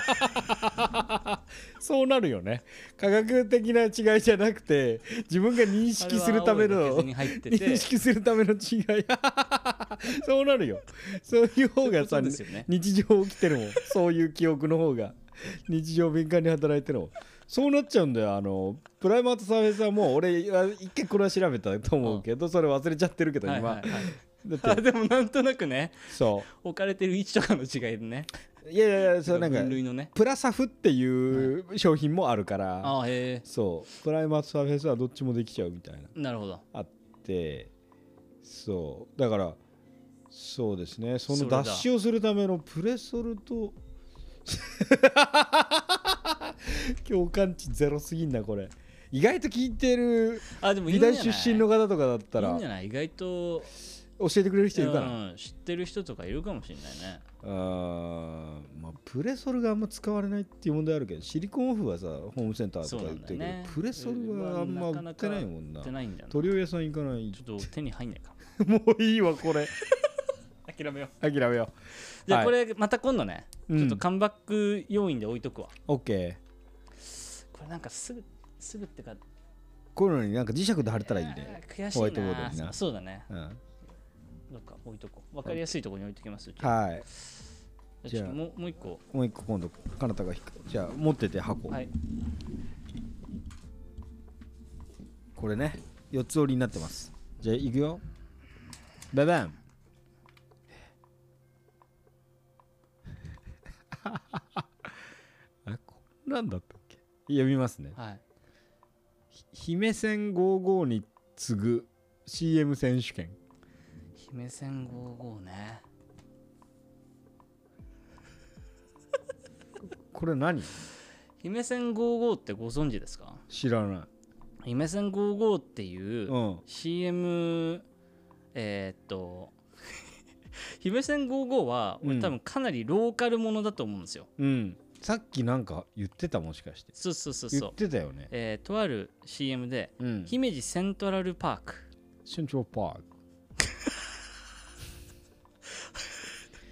S3: あそうなるよね科学的な違いじゃなくて自分が認識するため
S5: あれは青
S3: の
S5: いバケツに入ってて
S3: 認識するための違い そうなるよそういう方が
S5: そ
S3: さ
S5: うですよね
S3: 日常起きてるもんそういう記憶の方が日常敏感に働いてるもんそうなっちゃうんだよあのプライマーとサーフェイスはもう俺いや一回これは調べたと思うけど、それ忘れちゃってるけど
S5: は
S3: 今、
S5: いはいはい
S3: だ
S5: あ
S3: って
S5: でもなんとなくね
S3: そ
S5: 置かれてる位置とかの違いでね
S3: ういやいやいやそうなんか
S5: 分類のね
S3: プラサフっていう商品もあるから、
S5: ああへ
S3: そうプライマーとサーフェイスはどっちもできちゃうみたいな
S5: えなるほど
S3: あってそうだからそうですねそ
S5: そ
S3: の
S5: れだ
S3: 脱脂をするためのプレソル と共感値ゼロすぎんなこれ意外と聞いてる
S5: あでもいい
S3: 美
S5: んじゃ
S3: 大
S5: ない
S3: 出身の方とかだった
S5: いい
S3: ら
S5: んじゃない意外と
S3: 教えてくれる人いるかな
S5: うん、知ってる人とかいるかもしれないね
S3: あーまあプレソルがあんま使われないっていう問題あるけどシリコンオフはさホームセンターと
S5: そう
S3: か
S5: な
S3: 言っ
S5: ん
S3: て
S5: だ
S3: るけ
S5: よ
S3: ど、
S5: ね
S3: プレソルはあんま売ってないもんな
S5: 売ってないんだよな
S3: 鳥屋さん行かない
S5: ちょっと手に入んないか
S3: もういいわこれ
S5: 諦めよう
S3: 諦めよう
S5: じゃあこ
S3: はい
S5: れまた今度ね、
S3: うん
S5: ちょっとカムバック要因で置いとくわ
S3: OK
S5: これなんかすぐすぐってか
S3: こういうのになんか磁石で貼れたらいいね。
S5: あー悔し
S3: ホワイト
S5: い
S3: ボ
S5: な
S3: ードにな
S5: そうだね
S3: うん、
S5: どっか置いとこうわかりやすいところに置いときます
S3: はい。
S5: いちょっともうもう一個
S3: もう一個今度、かなたが引く。じゃあ、持ってて箱。
S5: はい
S3: これね、四つ折りになってます。じゃあ、いくよ。ババン。 あ、こんなんだったっけ読みますね。
S5: はい
S3: 姫戦55に次ぐ CM 選手権。
S5: 姫戦55ね
S3: これ何
S5: 姫戦55ってご存知ですか
S3: 知らない。
S5: 姫戦55っていう、
S3: うん。
S5: CM えーっと 姫線55は
S3: う
S5: 俺
S3: ん
S5: 多分かなりローカルものだと思うんですよ、
S3: うん。さっきなんか言ってたもしかして。
S5: そうそうそう
S3: 言
S5: そ
S3: っ
S5: う、
S3: てたよね。
S5: えーとある CM で、
S3: うん
S5: 姫路セントラルパーク
S3: セントラルパーク。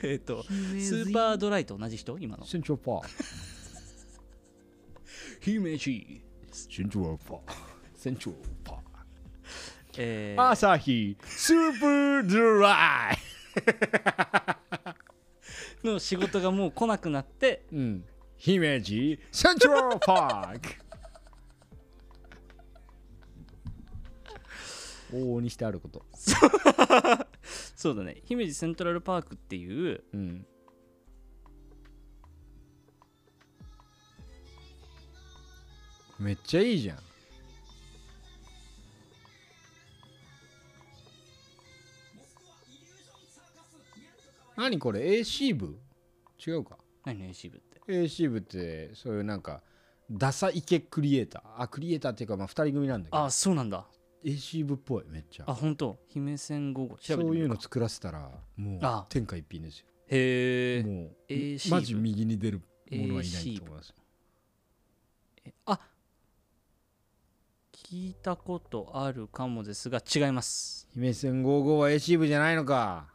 S5: えーっとスーパードライと同じ人今の
S3: セントラル パーク。
S5: 姫路
S3: セントラルパーク。セントラルパー
S5: え
S3: ク。
S5: ー
S3: 朝日スーパードライ。
S5: の仕事がもう来なくなって
S3: うん。姫路セントラルパーク。 往々にしてあること。
S5: そうだね姫路セントラルパークっていう
S3: うん。めっちゃいいじゃん。何これ AC 部違うか
S5: 何の AC 部って
S3: AC 部ってそういうなんかダサイケクリエイターあクリエイターっていうかまあ2人組なんだけど
S5: あそうなんだ
S3: AC 部っぽいめっちゃ
S5: あ本当姫線55調
S3: そ
S5: べて
S3: う
S5: み
S3: いう
S5: るか
S3: の作らせたらもう
S5: あ
S3: 天下一品ですよ
S5: へえ
S3: もう
S5: AC
S3: マジ右に出るものはいないと思います。
S5: あ聞いたことあるかもですが違います
S3: 姫線55は AC 部じゃないのか。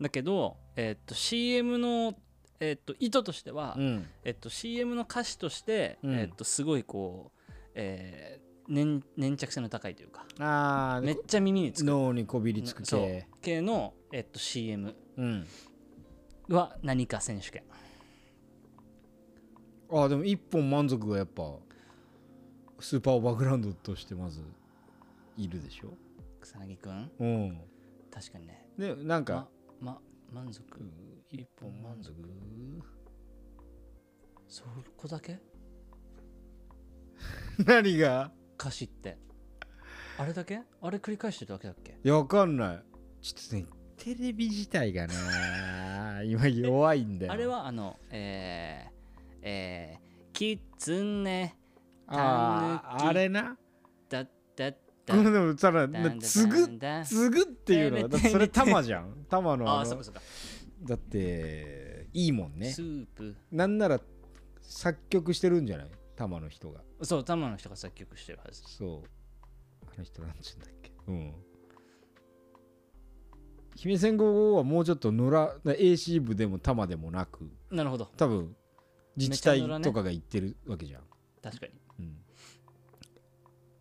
S5: だけど、えっと CM の、えっと意図としては、
S3: ん。
S5: えっと CM の歌詞として、
S3: うん
S5: えっとすごいこう、えー粘粘着性の高いというか
S3: ああ、
S5: めっちゃ耳につく
S3: 脳にこびりつく
S5: そう
S3: 系。
S5: 系の、えっと CM
S3: うん。
S5: は何か選手権
S3: ああ、でも一本満足がやっぱ、スーパーバックグラウンドとしてまず、いるでしょ。
S5: 草薙くん
S3: うん。
S5: 確かにね
S3: でなんか、
S5: まま満足一本満足そこだけ
S3: 何が
S5: 歌詞ってあれだけあれ繰り返してるだけだっけ
S3: いやわかんないちょっとねテレビ自体がね 今弱いんだよ
S5: あれはあのえー、えー、キツネ
S3: あ
S5: たぬき
S3: ーあれな
S5: だだだ
S3: これでもさら
S5: だ
S3: な継ぐ
S5: だだ
S3: 継ぐっていうのは だってそれ玉じゃん玉の
S5: あ
S3: あの
S5: あそっかそっか
S3: だっていいもんね
S5: スープ
S3: なんなら作曲してるんじゃない玉の人が
S5: そう玉の人が作曲してるはず
S3: そうあの人なんちゅうんだっけうん姫戦後はもうちょっと野良だ AC 部でも玉でもなく
S5: なるほど
S3: 多分自治
S5: めちゃ野良
S3: 体
S5: ね
S3: とかが言ってるわけじゃん、
S5: 確かに
S3: う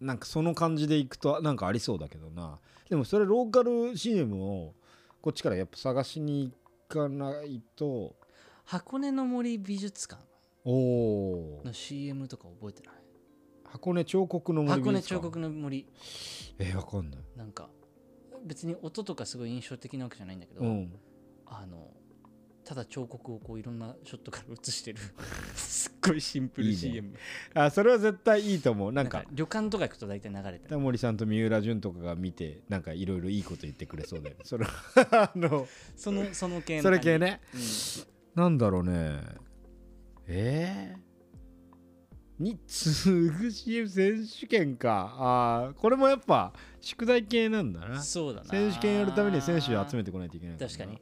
S3: ん、なんかその感じでいくとなんかありそうだけどなでもそれローカル CM をこっちからやっぱ探しに行かないと
S5: 箱根の森美術館
S3: おお
S5: の CM とか覚えてない
S3: 箱根彫刻の森美
S5: 箱根
S3: 術館
S5: 彫刻の森
S3: えー、わかんない
S5: なんか別に音とかすごい印象的なわけじゃないんだけど、
S3: うん
S5: あのただ彫刻をこういろんなショットから写してる すっごいシンプル
S3: いいね
S5: CM
S3: あそれは絶対いいと思うなんか
S5: 旅館とか行くと大体流れてる
S3: タモリさんと三浦淳とかが見てなんかいろいろいいこと言ってくれそうだよねそれ あの
S5: そのその系の
S3: それ
S5: 感じ
S3: 系ね
S5: うん
S3: なんだろうねえー、に次ぐ CM 選手権かあーこれもやっぱ宿題系なんだな
S5: そうだな
S3: 選手権やるために選手を集めてこないといけないらな
S5: 確かに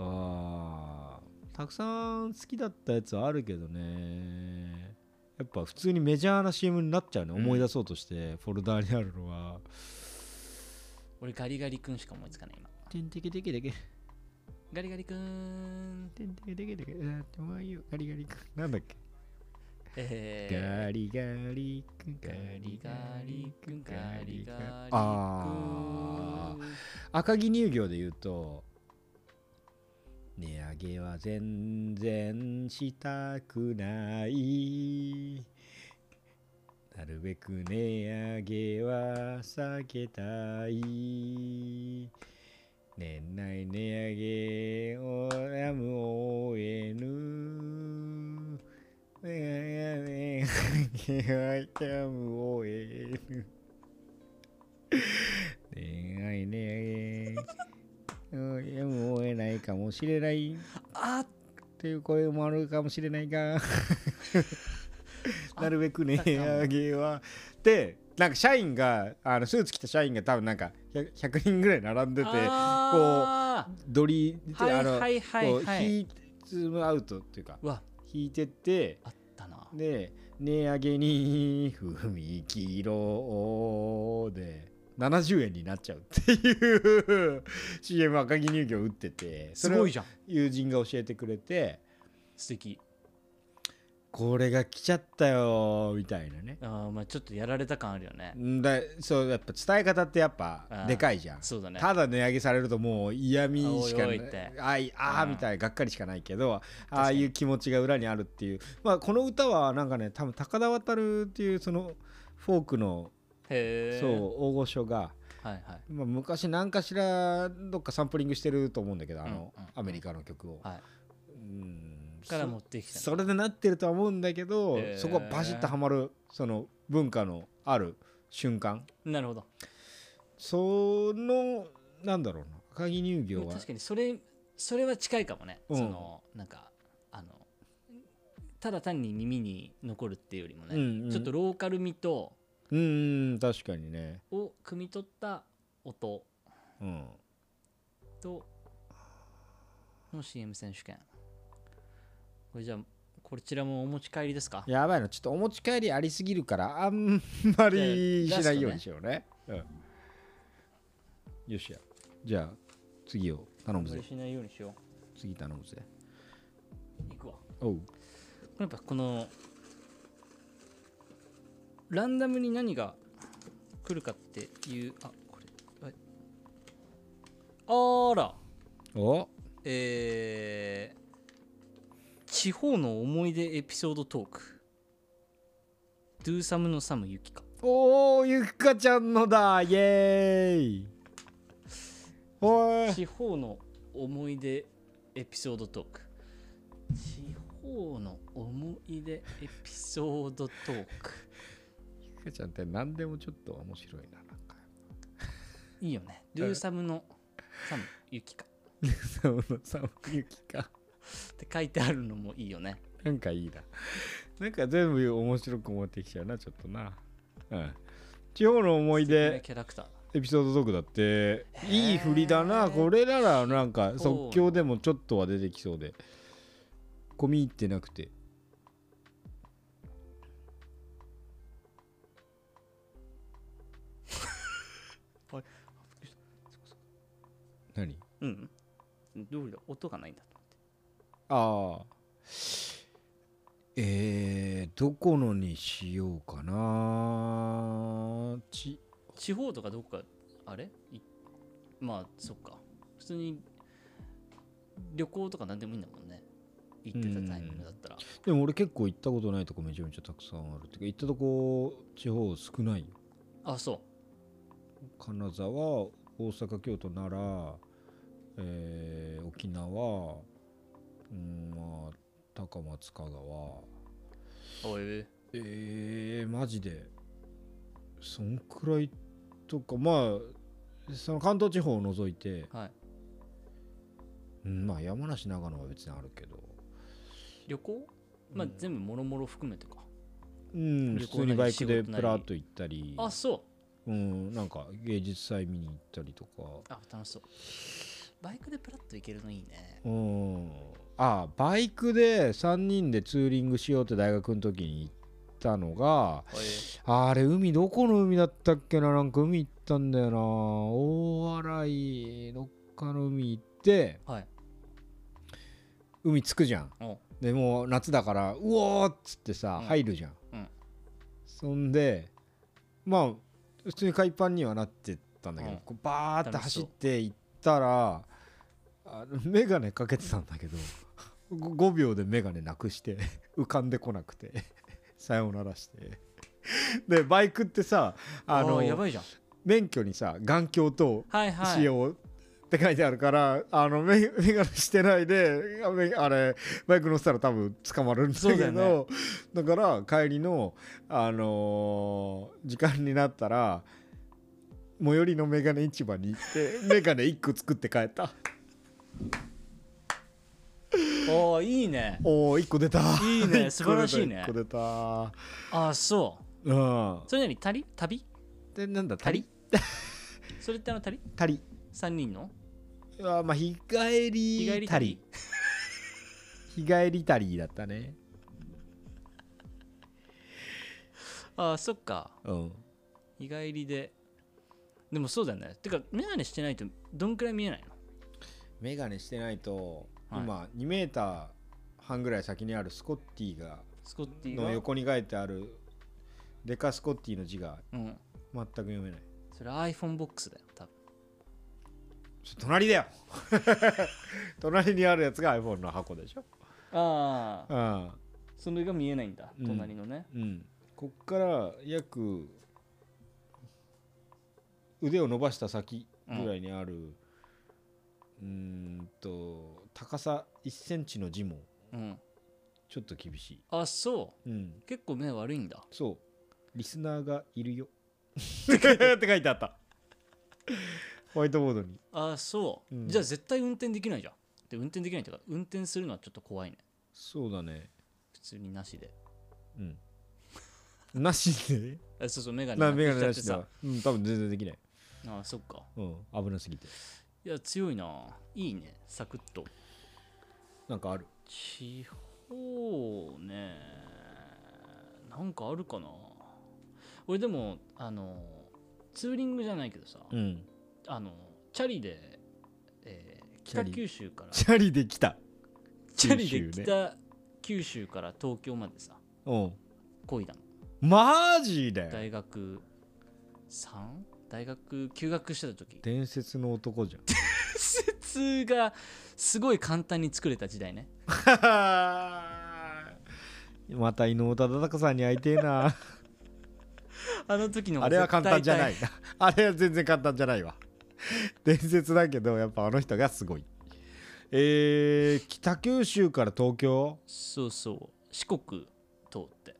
S3: あーたくさん好きだったやつはあるけどねやっぱ普通にメジャーな CM になっちゃうね、
S5: うん
S3: 思い出そうとしてフォルダーにあるのは
S5: 俺ガリガリ君しか思いつかない今
S4: てんてけてけてけ。
S5: ガリガリ君
S3: てんてけてけてけあーうまいよガリガリ君なんだっけ、
S5: え
S3: ガリガリ君
S5: ー、ガリガリ君ガリガリ君
S3: あー赤城乳業で言うと値上げは全然したくないなるべく値上げは避けたい年内値上げをやむを得ぬ 値上げはやむを得ぬ恋愛ねうんやむを得ないかもしれない
S5: あ
S3: という声もあるかもしれないが なるべくね
S5: あったかも
S3: 値上げはでなんか社員があのスーツ着た社員が多分なんか 100, 100人ぐらい並んでて
S5: あー
S3: ドリ
S5: はい
S3: あの
S5: はいはい
S3: こう
S5: はい
S3: 引いズームアウトっていうか
S5: うわ
S3: 引いてって
S5: あったな
S3: で値上げに踏み切ろうで70円になっちゃうっていう CM 赤城乳業打ってて
S5: すごいじ
S3: ゃん
S5: ゃん
S3: 友人が教えてくれて
S5: 素敵
S3: これが来ちゃったよみたいなね
S5: あーまあちょっとやられた感あるよね
S3: んだそうやっぱ伝え方ってやっ
S5: あ
S3: ぱ
S5: ー
S3: でかいじゃん
S5: そうだね
S3: ただ値上げされるともう嫌味しか
S5: お
S3: ないい
S5: おいって
S3: あいあー
S5: うん
S3: みたいながっかりしかないけど
S5: か
S3: ああいう気持ちが裏にあるっていうまあこの歌はなんかね多分高田渡るっていうそのフォークの
S5: へえ
S3: そう大御所が、
S5: はいはい
S3: まあ、昔何かしらどっかサンプリングしてると思うんだけどあの、
S5: うんうん
S3: アメリカの曲を、
S5: は
S3: うん
S5: いから持ってきた
S3: それでなってるとは思うんだけど、
S5: へー
S3: そこはバシッとはまるその文化のある瞬間
S5: なるほど
S3: そのなんだろうな赤城乳業は
S5: 確かにそれそれは近いかもね、
S3: うん
S5: そのなんかあのただ単に耳に残るっていうよりもね、
S3: うんうん
S5: ちょっとローカル味と
S3: うんうんうん確かにね、
S5: を汲み取った音
S3: うん、
S5: との CM 選手権これじゃあこちらもお持ち帰りですか
S3: やばいなちょっとお持ち帰りありすぎるからあんまり
S5: じゃあ
S3: しないようにしようねうん、よしやじゃあ次を頼
S5: あ
S3: む
S5: んま
S3: ぜ
S5: りしないようにしよう
S3: 次頼むぜ
S5: 行くわ
S3: おう
S5: やっぱこのランダムに何が来るかっていうあこれはいあら
S3: お
S5: えー地方の思い出エピソードトーク「Do Some のサムユキカ
S3: おーゆっかちゃんのだイエーイ」はい
S5: 地方の思い出エピソードトーク地方の思い出エピソードトーク
S3: ひかちゃんって何でもちょっと面白いななんか
S5: いいよねルーサムのサムユキカ
S3: そのさゆきか
S5: って書いてあるのもいいよね
S3: なんかいいななんか全部面白く思ってきちゃうなちょっとなうん地方の思い
S5: 素敵な
S3: 出
S5: キャラクター
S3: エピソードトークだっていい振りだなこれならなんか即興でもちょっとは出てきそうで込み入ってなくて何
S5: うんどうだ音がないんだと思
S3: あ
S5: って
S3: あえー、どこのにしようかなち
S5: 地方とかどっかあれいまあそっか普通に旅行とか何でもいいんだもんね行ってたタイミングだったら
S3: でも俺結構行ったことないとこめちゃめちゃたくさんあるってか行ったとこ地方少ないよ
S5: あそう
S3: 金沢大阪京都奈良、えー沖縄うんまあ高松香川
S5: おい
S3: えー、マジでそんくらいとかまあその関東地方を除いて、
S5: はい
S3: うん、まあ山梨長野は別にあるけど
S5: 旅行まあ、
S3: うん
S5: 全部もろもろ含めてか
S3: うん
S5: 旅
S3: 普
S5: 行
S3: 通にバイク
S5: なり仕
S3: で
S5: 事なり
S3: プラっと行ったり
S5: あそ
S3: うんなんか芸術祭見に行ったりとか
S5: うあ楽しそうバイクでプラッと行けるのいいね
S3: うんあバイクで3人でツーリングしようって大学の時に行ったのが
S5: おい
S3: あれ海どこの海だったっけななんか海行ったんだよな大洗どっかの海行って
S5: はい
S3: 海着くじゃん
S5: お
S3: でもう夏だからうおーっつってさ、
S5: うん
S3: 入るじゃん、
S5: うん
S3: そんでまあ普通に海パンにはなってたんだけど、
S5: うん
S3: こうバーって
S5: 楽し
S3: 走
S5: そう
S3: って行ったらあの眼鏡かけてたんだけど5秒で眼鏡なくして 浮かんでこなくて さよならしてでバイクってさあ
S5: あの
S3: の
S5: やばいじゃん
S3: 免許にさ眼鏡と
S5: はいはい
S3: 使用って書いてあるから、あのメメガネしてないであめあれバイク乗せたら多分捕まるんだけ
S5: そうだ
S3: どだ,、
S5: よ
S3: から帰りの、あのー時間になったら最寄りのメガネ市場に行 ってメガネ1個作って帰った
S5: おーいいね
S3: おお1個出た
S5: いい
S3: 一個出
S5: ね
S3: た
S5: 素晴らしいね
S3: 1個出た
S5: あそう
S3: うん
S5: それなに旅旅
S3: でなんだ
S5: 旅それってあの旅
S3: 足り
S5: ?3 人の
S3: あーまあ日帰
S5: 日
S3: り足
S5: 帰り
S3: り
S5: 旅
S3: 日帰り足りだったね
S5: あそっか
S3: うん
S5: 日帰りででもそうだよねてか眼鏡してないとどんくらい見えないの
S3: メガネしてないと、
S5: はい
S3: 今2メーター半ぐらい先にあるスコッティが
S5: スコッティ
S3: の
S5: は
S3: 横に書いてあるデカスコッティの字が
S5: うん
S3: 全く読めない
S5: それ iPhone ボックスだよ多分
S3: そ隣だよ隣にあるやつが iPhone の箱でしょ
S5: ああ
S3: ああ
S5: それが見えないんだ
S3: うん
S5: 隣のね
S3: うんこっから約腕を伸ばした先ぐらいにあるうーんと高さ1センチの字も
S5: うん、
S3: ちょっと厳しい
S5: あそ
S3: うん
S5: う結構目悪いんだ
S3: そう、リスナーがいるよ。って書いてあった。ホワイトボードに。
S5: あそう、
S3: うん
S5: じゃあ絶対運転できないじゃんで運転できないっていうか運転するのはちょっと怖いね
S3: そうだね。
S5: 普通になしで
S3: うん。 なしで
S5: あそうそう眼鏡
S3: な、メガネ
S5: な
S3: な
S5: くし
S3: し
S5: ち
S3: で
S5: ゃって
S3: は。うん、多分全然できない。
S5: さあそっか
S3: うん、危なすぎて。
S5: いや強いないいねサクッと
S3: なんかある。
S5: 地方ねなんかあるかな俺でもあのツーリングじゃないけどさ、
S3: うん。
S5: あのチャリで、えー
S3: チャ
S5: 北
S3: リ
S5: 九州から
S3: チャリで来た。
S5: チャリ
S3: 九州ね
S5: で北九州から東京までさ
S3: うん。
S5: こいだの
S3: マジで
S5: 大学 3? 大学休学してた時
S3: 伝説の男 じゃん。
S5: 普通がすごい簡単に作れた時代ね
S3: また井能忠敬さんに会いてえな。
S5: あの時の
S3: あれは簡単じゃないいな。あれは全然簡単じゃないわ。伝説だけどやっぱあの人がすごいえー、北九州から東京
S5: そうそう四国通って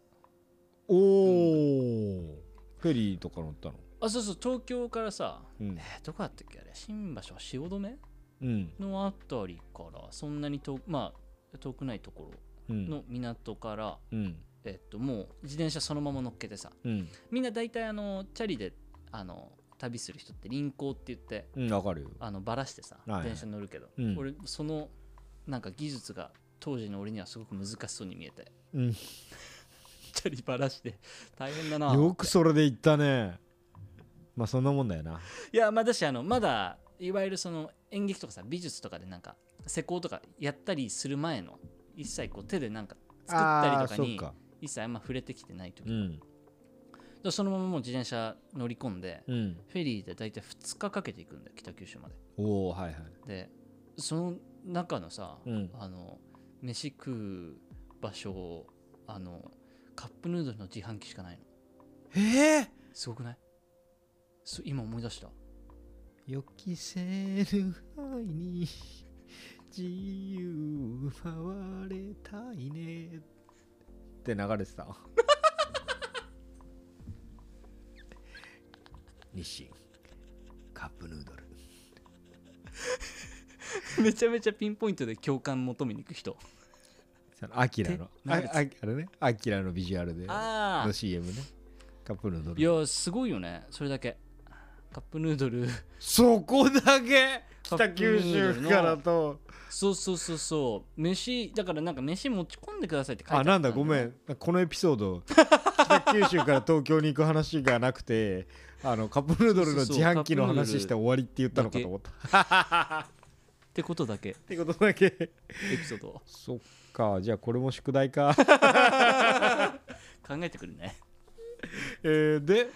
S3: おお、フェリーとか乗ったの
S5: あそうそう東京からさ、
S3: うん
S5: えーどこだったっけあれ新橋は汐留
S3: うん
S5: のあたりからそんなに遠くまあ遠くないとこ
S3: う
S5: ろ
S3: ん
S5: の港から、
S3: うん
S5: えっともう自転車そのまま乗っけてさ
S3: うん
S5: みんな大体あのチャリであの旅する人って輪行って言って
S3: うんわかるよ
S5: あのバラしてさ、
S3: いはい
S5: 電車に乗るけど、
S3: うん
S5: 俺そのなんか技術が当時の俺にはすごく難しそうに見えて
S3: うん
S5: チャリバラして大変だな
S3: よくそれで行ったねまあそんなもんだよない
S5: やまあだしあのまだいわゆるその演劇とかさ美術とかでなんか施工とかやったりする前の一切こう手でなんか作ったりとかに
S3: あーそうか
S5: 一切あんま触れてきてない
S3: う
S5: 時、だか
S3: ん
S5: らそのままもう自転車乗り込んで、
S3: うん
S5: フェリーで大体2日かけていくんだよ北九州まで
S3: おおはいはい
S5: でその中のさ、
S3: うん
S5: あの飯食う場所あのカップヌードルの自販機しかないの
S3: ええ
S5: すごくないそう今思い出した
S3: よきせる愛に自由奪われたいねって流れて た日清カップヌードル
S5: めちゃめちゃピンポイントで共感求めに行く人
S3: そのアキラの
S5: て
S3: あ
S5: 流れて
S3: ああれねアキラのビジュアルでの
S5: ああ
S3: CM ねカップヌード
S5: い
S3: ル
S5: やすごいよねそれだけカップヌ ードル
S3: そこだけ
S5: カップヌードルの
S3: と
S5: そうそうそうそう飯だからなんか飯持ち込んでくださいって書いて
S3: あ
S5: った
S3: なんだごめんこのエピソード北九州から東京に行く話がなくて あのカップヌードルの
S5: そうそう
S3: 自販機の
S5: カップヌードル
S3: 話して終わりって言ったのかと思ったっ
S5: ってことだけ
S3: てことだけ
S5: エピソードを
S3: そっかじゃあこれも宿題か
S5: 考えてくるね
S3: えーで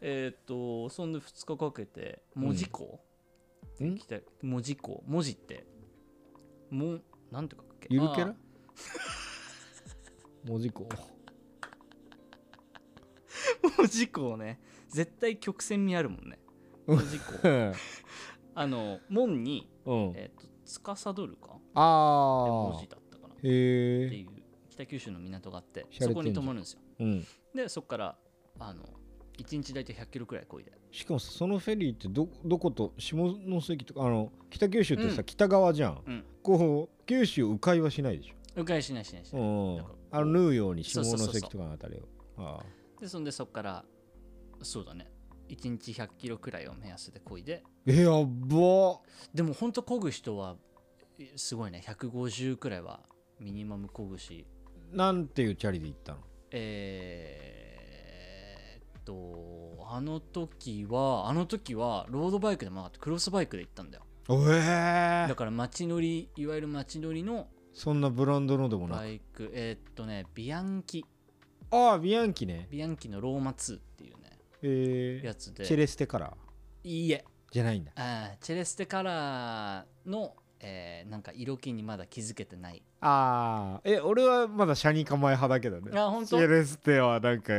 S5: えーっとそんで2日かけて門司港、
S3: うんん
S5: 来た門司港文字ってもなんて書くっけ
S3: ゆるキャ
S5: あ
S3: ラ文字工
S5: ー 門司港ね絶対曲線にあるもんね
S3: うん
S5: 門司港あの門に
S3: うん
S5: えーっと司るかで
S3: あ
S5: 文
S3: あ
S5: 字だったかなっ
S3: へ
S5: て
S3: え
S5: いう北九州の港があって
S3: 洒落てんじゃん
S5: そこに泊まるんですよ
S3: うん
S5: でそこからあの1日大体100キロくらい漕いで
S3: しかもさそのフェリーってどどこと下関とかあの北九州ってさ、
S5: うん
S3: 北側じゃん、
S5: うん
S3: こう九州迂回はしないでしょ
S5: 迂回しないしないしない、
S3: うん
S5: なんかこう
S3: あの縫うように
S5: そ
S3: 下
S5: うそうそうそう
S3: 関とかのあたりをああ
S5: でそんでそこからそうだね1日100キロくらいを目安で漕いで
S3: えやっば
S5: でもほんと漕ぐ人はえすごいね150くらいはミニマム漕ぐし
S3: なんていうチャリで行ったの
S5: えー、っとあの時はあの時はロードバイクでもなかったクロスバイクで行ったんだよ
S3: ええ
S5: だから街乗りいわゆる街乗りの
S3: そんなブランドのでもな
S5: バ
S3: く
S5: イクえー、っとねビアンキ
S3: ああビアンキね
S5: ビアンキのローマ2っていうね
S3: ええ
S5: やつで
S3: チェレステカラー
S5: いいえ
S3: じゃないんだ
S5: あーチェレステカラーの、えーなんか色気にまだ気づけてない
S3: ああえ俺はまだシャニ構え派だけどね
S5: あ本
S3: チ
S5: 当
S3: ェレステはなんか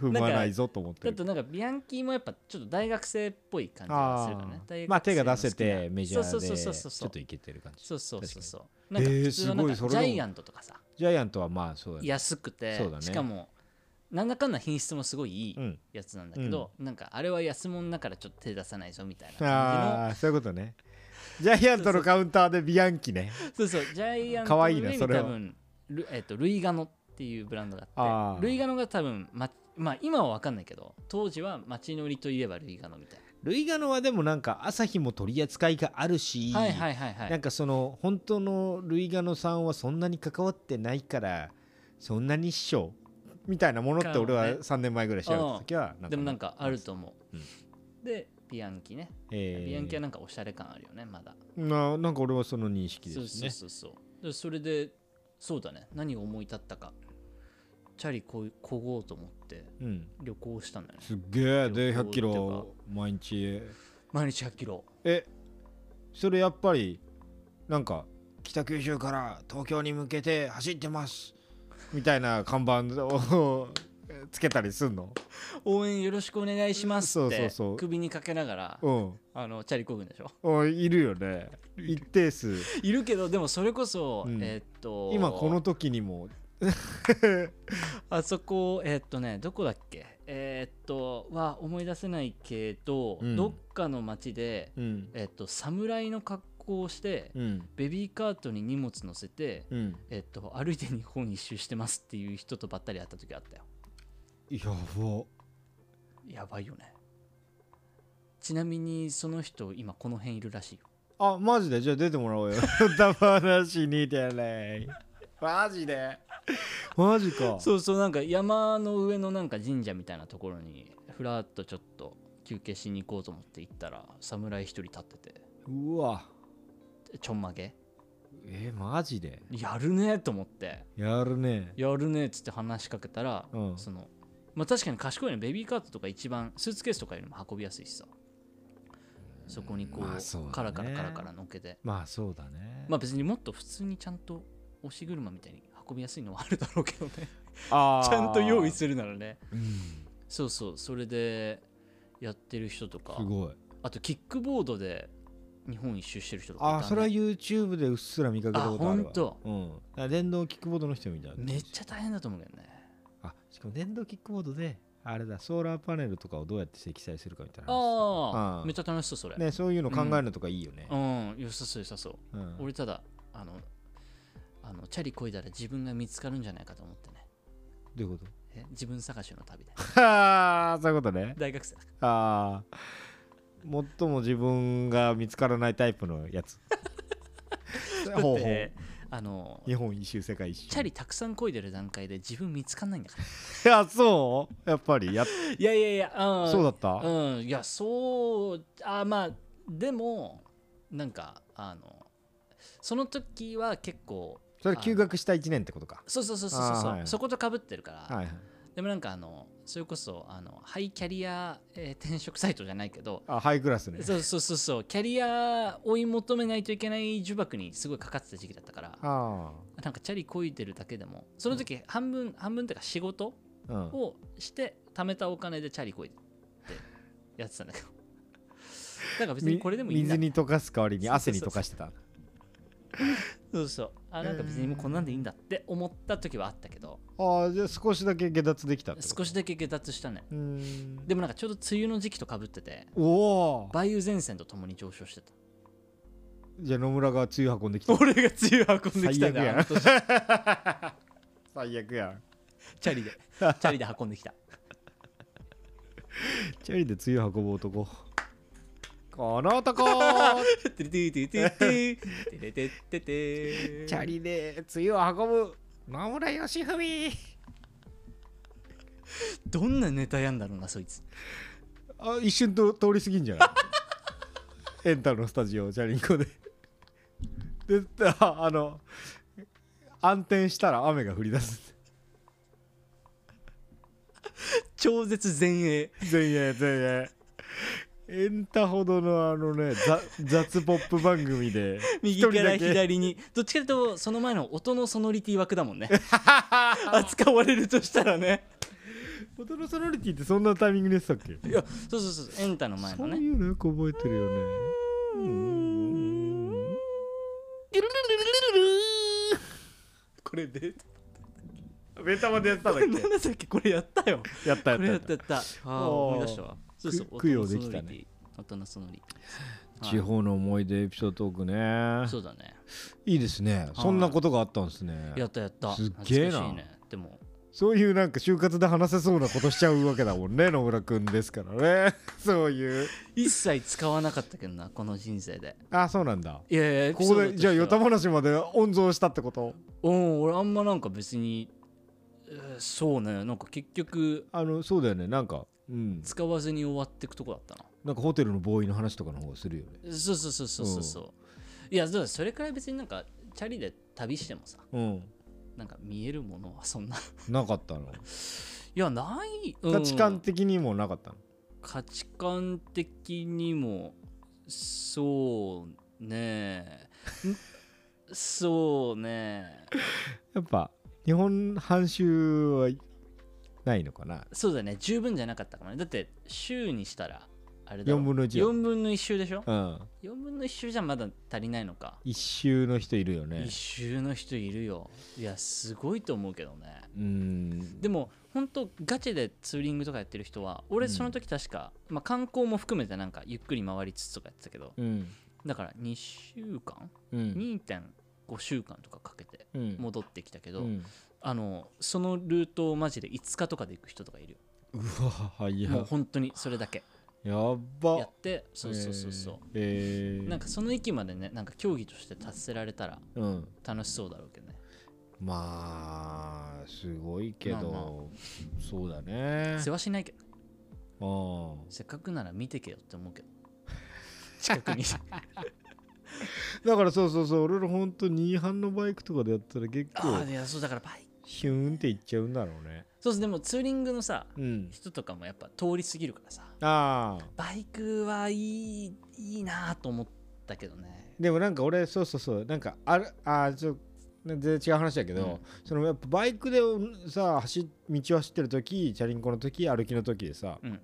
S3: 踏まないぞと思って
S5: だ
S3: る
S5: となんかビアンキーもやっぱちょっと大学生っぽい感じがするからね
S3: あー
S5: 大学生の好きな。
S3: まあ手が出せてメジャ
S5: そ
S3: ー
S5: う
S3: で
S5: そうそうそう
S3: ち
S5: そ
S3: ょ
S5: う
S3: っといけてる感じ
S5: そうそうそうそう。な
S3: 確か
S5: んか
S3: に
S5: 普通のなん
S3: え
S5: か
S3: ーす
S5: ジ
S3: ごいそれでも
S5: ャイアントとかさ
S3: ジャイアントはまあそうだね
S5: 安くて、
S3: そうだね
S5: しかもなんだかんだ品質もすごいいい
S3: うん
S5: やつなんだけど、なんかあれは安物だからちょっと手出さないぞみたいな
S3: あ
S5: 感
S3: あそういうことねジャイアントのカウンターでビアンキね
S5: じのそうそうジャイアント
S3: か
S5: の
S3: わいい
S5: 上
S3: な
S5: に多
S3: それは
S5: 分ル,、えっとルイガノっていうブランドがあっ
S3: あー
S5: てルイガノが多分、ままあ、今は分かんないけど当時は街乗りといえばルイガノみたい
S3: ルイガノはでもなんか朝日も取り扱いがあるし、
S5: な。はいはいはいはい
S3: なんかその本当のルイガノさんはそんなに関わってないからそんなに師匠みたいなものって俺は
S5: かもね
S3: 3年前ぐらい調べた時は
S5: でもなんかあると思う、
S3: うん
S5: でビアンキね、
S3: えー
S5: ビアンキはなんかおしゃれ感あるよねまだ、
S3: ななんか俺はその認識です
S5: そ
S3: ね
S5: うそうそうそうでそれでそうだね何を思い立ったかチャリこいこごうと思って
S3: うん、
S5: 旅行したんだよね
S3: すっげえ
S5: 旅
S3: で
S5: 行
S3: 100キ
S5: と
S3: ロ毎日
S5: 毎日100キロ
S3: えそれやっぱりなんか北九州から東京に向けて走ってますみたいな看板を つけたりすんの
S5: 応援よろしくお願いします
S3: そう
S5: っ
S3: そう
S5: て
S3: そう
S5: 首にかけながら
S3: うん
S5: あのチャリこぐんでしょ
S3: おいいるよね一定数
S5: いるけどでもそれこそ、
S3: うん
S5: えーっと
S3: 今この時にも
S5: あそこえーっとねどこだっけえーっとは思い出せないけど、
S3: うん
S5: どっかの町で、
S3: うん
S5: えーっと侍の格好をして、
S3: うん
S5: ベビーカートに荷物乗せて、
S3: うん
S5: えーっと歩いて日本一周してますっていう人とばったり会った時あったよ
S3: やば
S5: やばいよねちなみにその人今この辺いるらしいよ
S3: あマジでじゃあ出てもらおうよ ダなしにてねマジでマジか
S5: そうそうなんか山の上のなんか神社みたいなところにふらっとちょっと休憩しに行こうと思って行ったら侍一人立ってて
S3: うわ
S5: ちょんまげ
S3: えマジで
S5: やるねと思って
S3: やるね
S5: やるねっつって話しかけたら、
S3: うん
S5: そのまあ確かに賢いねベビーカートとか一番スーツケースとかよりも運びやすいしさそこにこう,、
S3: まあそうだね
S5: カラカラカラカラのっけて
S3: まあそうだね
S5: まあ別にもっと普通にちゃんと押し車みたいに運びやすいのはあるだろうけどね
S3: あー
S5: ちゃんと用意するならね
S3: うん
S5: そうそうそれでやってる人とか
S3: すごい
S5: あとキックボードで日本一周してる人とかいた、
S3: あ
S5: ね、
S3: それは YouTube でうっすら見かけたことあるわ
S5: あほんと
S3: うんあ電動キックボードの人みたいな
S5: めっちゃ大変だと思うけどね
S3: あしかも電動キックボードであれだソーラーパネルとかをどうやって積載するかみたいな話
S5: あ
S3: う
S5: あ
S3: ん
S5: めっちゃ楽しそうそれ、
S3: ねそういうの考えるのとかいいよね
S5: うん良さそう良さそう
S3: うん
S5: 俺ただあのあのチャリこいだら自分が見つかるんじゃないかと思ってね
S3: どういうこと
S5: え自分探しの 旅で
S3: はあそういうことね
S5: 大学生だか
S3: ああ最も自分が見つからないタイプのや つほ
S5: ら
S3: うほう
S5: だってあの
S3: 日本一周世界一周
S5: チャリたくさんこいでる段階で自分見つかんないんだから
S3: いやそうやっぱりやっ
S5: いやいやいや、うん、
S3: そうだった
S5: うんいやそうあまあでもなんかあのその時は結構
S3: それ休学した1年ってことか
S5: そうそうそうそうそう、
S3: あーはいはい
S5: そことかぶってるから、
S3: はいはい
S5: でもなんかあのそれこそあのハイキャリア、えー転職サイトじゃないけど
S3: あハイクラスね
S5: そうそうそうそうキャリア追い求めないといけない呪縛にすごいかかってた時期だったから
S3: あ
S5: なんかチャリこいでるだけでもその時半分、半分っていうか仕事
S3: あうん
S5: をして貯めたお金でチャリこいでってやってたんだけどなんか別にこれでもいい
S3: 水
S5: な
S3: に溶かす代わりに汗に溶かしてた
S5: そうそうあなんか別にもうこんなんでいいんだって思った時はあったけど
S3: ああじゃあ少しだけ下脱できたってこと
S5: 少しだけ下脱したね
S3: うーん
S5: でもなんかちょうど梅雨の時期とかぶってて
S3: おお
S5: 梅雨前線とともに上昇してた
S3: じゃあ野村が梅雨運んできた
S5: 俺が梅雨運んでき
S3: 最
S5: た
S3: 悪
S5: んだ
S3: や
S5: あの
S3: ん
S5: 年
S3: 最悪やん
S5: チャリでチャリで運んできた
S3: チャリで梅雨運ぶ男この男
S5: てれてれてれてれてれてれてれ
S3: チャリで梅雨を運ぶ野村義文
S5: どんなネタやんだろうなそいつ
S3: あ一瞬と通り過ぎんじゃ ないエンタのスタジオチャリンコででああの暗転したら雨が降り出す
S5: 超絶前衛
S3: 前衛前衛エンタほどのあの ねざ雑ポップ番組で
S5: 右か
S3: 一
S5: ら
S3: 人だけ
S5: 左にどっちかというとその前の音のソノリティ枠だもん ね扱われるとしたらね
S3: 音のソノリティってそんなタイミングでしたっけ
S5: いやそうそうそうエンタの前
S3: そ
S5: の
S3: う
S5: ね
S3: いうのよく覚えてるよねうん
S5: これ で
S3: ベタまでやったんだっ
S5: なんだっけこれやったよ
S3: けやったや
S5: こ
S3: った
S5: れ
S3: や
S5: や
S3: っ
S5: ったたやったあー
S3: おー
S5: 思い出したわそうそう
S3: く供養できたね
S5: 音のソノリティ
S3: 地方の思い出エピソードトークね
S5: そうだね
S3: いいですねそんなことがあったんですね
S5: やったやった
S3: すっげえな
S5: 懐かしいねでも
S3: そういうなんか就活で話せそうなことしちゃうわけだもんね野村くんですからね そういう
S5: 一切使わなかったけどなこの人生で
S3: あそうなんだ
S5: いやいやエピ
S3: こ
S5: ソー
S3: こ
S5: ド
S3: で
S5: と
S3: じゃあ
S5: しては
S3: ヨタ話まで温存したってこと
S5: うん俺あんまなんか別に、えーそうねなんか結局
S3: あのそうだよねなんかうん
S5: 使わずに終わっていくとこだったな
S3: なんかホテルのボーイの話とかの方がするよね
S5: そうそうそうそうそうそういやだからそれくらい別になんかチャリで旅してもさ
S3: う
S5: なんか見えるものはそんな い
S3: んなかったの
S5: やない、うん
S3: 価値観的にもなかったの
S5: 価値観的にもそうね そうね
S3: やっぱ日本半周はないのかな
S5: そうだね十分じゃなかったかもねだって週にしたらあれだ
S3: 4分の1や
S5: 4分の1週でしょ
S3: うん
S5: 4分の1週じゃまだ足りないのか
S3: 一周の人いるよね
S5: 一周の人いるよいやすごいと思うけどね
S3: うん
S5: でも本当ガチでツーリングとかやってる人は俺その時確か、まあ、観光も含めてなんかゆっくり回りつつとかやってたけど
S3: うん
S5: だから2週間、
S3: うん
S5: 2.5週間とかかけて
S3: うん
S5: 戻ってきたけ
S3: う
S5: ど、
S3: ん
S5: あのそのルートをマジで5日とかで行く人とかいるよ
S3: うわ早
S5: もう
S3: っ
S5: 本当にそれだけ
S3: やっ
S5: や
S3: ば
S5: ってそうそうそうそう、
S3: えーえー
S5: なんかその域までねなんか競技として達せられたら
S3: うん
S5: 楽しそうだろうけどね
S3: まあすごいけど、
S5: まあ
S3: そうだね
S5: 世話しないけどね
S3: あ
S5: せっかくなら見てけよって思うけ ど近くに
S3: だからそうそうそう俺らほんと2班のバイクとかでやったら結
S5: ああ
S3: 構
S5: いやそうだからバイ
S3: ヒューンっていっちゃうんだろうね
S5: そうですでもツーリングのさ
S3: うん
S5: 人とかもやっぱ通り過ぎるからさ
S3: ああ
S5: バイクはいいいいなと思ったけどね
S3: でもなんか俺そうそうそうなんかあるあーちょ全然違う話だけど、
S5: うん
S3: そのやっぱバイクでさ走道を走ってる時チャリンコの時歩きの時でさ、
S5: うん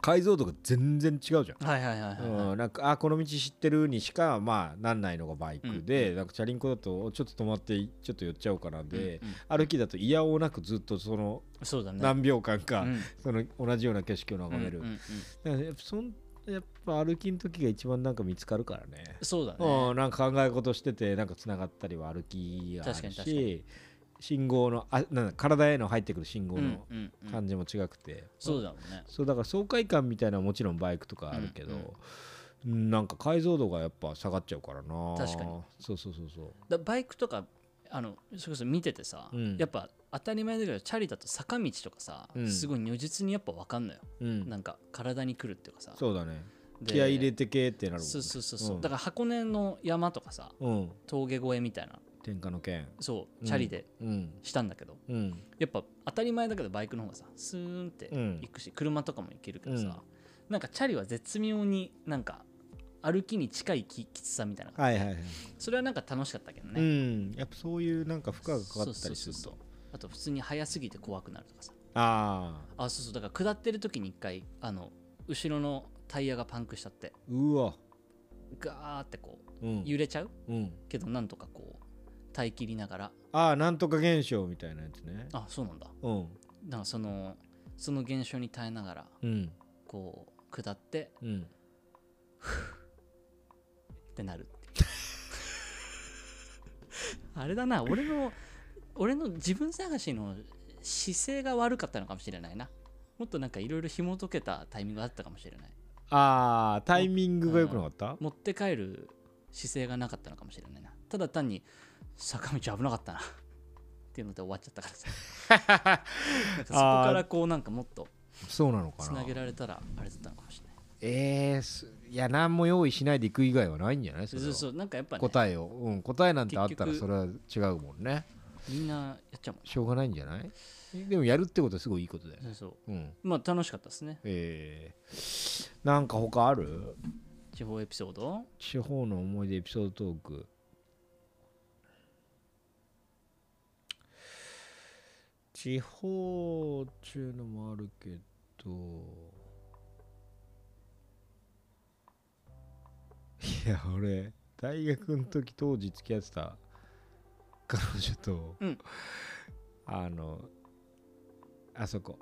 S3: 解像度が全然違うじゃん
S5: はいはいはいはい、はい
S3: うん、なんかあこの道知ってるにしかまあなんないのがバイクで、なんかチャリンコだとちょっと止まってちょっと寄っちゃおうかなんで、
S5: うんうん
S3: 歩きだといやおうなくずっとその
S5: そうだね
S3: 何秒間
S5: う
S3: か、
S5: ん
S3: その同じような景色を眺める、
S5: うんう
S3: だ
S5: んうん
S3: からやっぱそんやっぱ歩きの時が一番なんか見つかるからね
S5: そうだ
S3: う
S5: ね
S3: んなんか考え事しててなんかつながったりは歩きがあ
S5: 確か
S3: る
S5: に確か
S3: し信号のあなんだ体への入ってくる信号
S5: うん
S3: の
S5: うんうん
S3: 感じも違くて、
S5: そうだもんね
S3: そうだから爽快感みたいなのはもちろんバイクとかあるけど、うんなんか解像度がやっぱ下がっちゃうからな
S5: 確かに
S3: そうそうそうそう
S5: だバイクとかあのそれこそ見ててさ、
S3: うん
S5: やっぱ当たり前だけどチャリだと坂道とかさ、
S3: うん
S5: すごい如実にやっぱ分かんのよ、
S3: うん
S5: なんか体にくるっていうかさ
S3: そうだね
S5: で
S3: 気合い入れてけってなるもんね
S5: そうそうそうそう、
S3: ん
S5: だから箱根の山とかさ
S3: うん
S5: 峠越えみたいな
S3: 天下の剣
S5: そう
S3: うん
S5: チャリで
S3: うん
S5: したんだけど、
S3: うん
S5: やっぱ当たり前だけどバイクの方がさスーンって
S3: うん
S5: 行くし、車とかも行けるけどさ、なんかチャリは絶妙になんか歩きに近いききつさみたいな、
S3: はいはいはい、
S5: それはなんか楽しかったけど
S3: う
S5: ね、
S3: んやっぱそういうなんか負荷がかかったりす
S5: そうそう
S3: る
S5: そうそう
S3: と
S5: あと普通に速すぎて怖くなるとかさ
S3: ああ
S5: あそうそうだから下ってる時に一回あの後ろのタイヤがパンクしちゃって
S3: うわ
S5: ガーってこう
S3: うん
S5: 揺れちゃう
S3: うん
S5: けどなんとかこう耐えきりながら
S3: ああなんとか現象みたいなやつね
S5: あそうなんだ
S3: うん
S5: だからそのその現象に耐えながら
S3: うん
S5: こう下って
S3: うん
S5: ってなる あれだな俺の俺の自分探しの姿勢が悪かったのかもしれないなもっとなんかいろいろ紐解けたタイミングがあったかもしれない
S3: ああタイミングが良くなかった、
S5: 持って帰る姿勢がなかったのかもしれないなただ単に坂道危なかったな っていうので終わっちゃったからさ なんかそこからこうなんかもっと
S3: そうなのか
S5: つ
S3: な
S5: なげられたらあれだったのかもしれない
S3: えーす、いや何も用意しないでいく以外はないんじゃない
S5: そ
S3: れ
S5: う
S3: は
S5: そうそうなんかやっぱ、ね、
S3: 答えを、うん、答えなんてあったら
S5: 結
S3: そ
S5: 局
S3: れは違うもんね
S5: みんなやっちゃうも
S3: しょうがないんじゃないでもやるってことはすごいいいことだよ
S5: ん
S3: ね
S5: そうそ
S3: うん
S5: うまあ楽しかったですね
S3: えー、なんか他ある
S5: 地方エピソード
S3: 地方の思い出エピソードトーク地方っちゅうのもあるけどいや俺大学の時当時付き合ってた彼女と、
S5: うん
S3: あのあそこ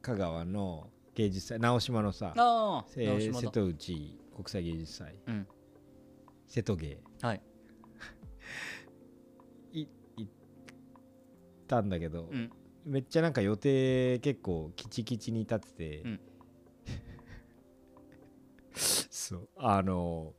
S3: 香川の芸術祭直島のさ
S5: ああ
S3: せ
S5: 直島
S3: 瀬
S5: だ
S3: 戸内国際芸術祭、
S5: うん
S3: 瀬戸芸
S5: はい
S3: い行ったんだけど、
S5: うん
S3: めっちゃなんか予定結構キチキチに立ってて、
S5: うん
S3: そうあの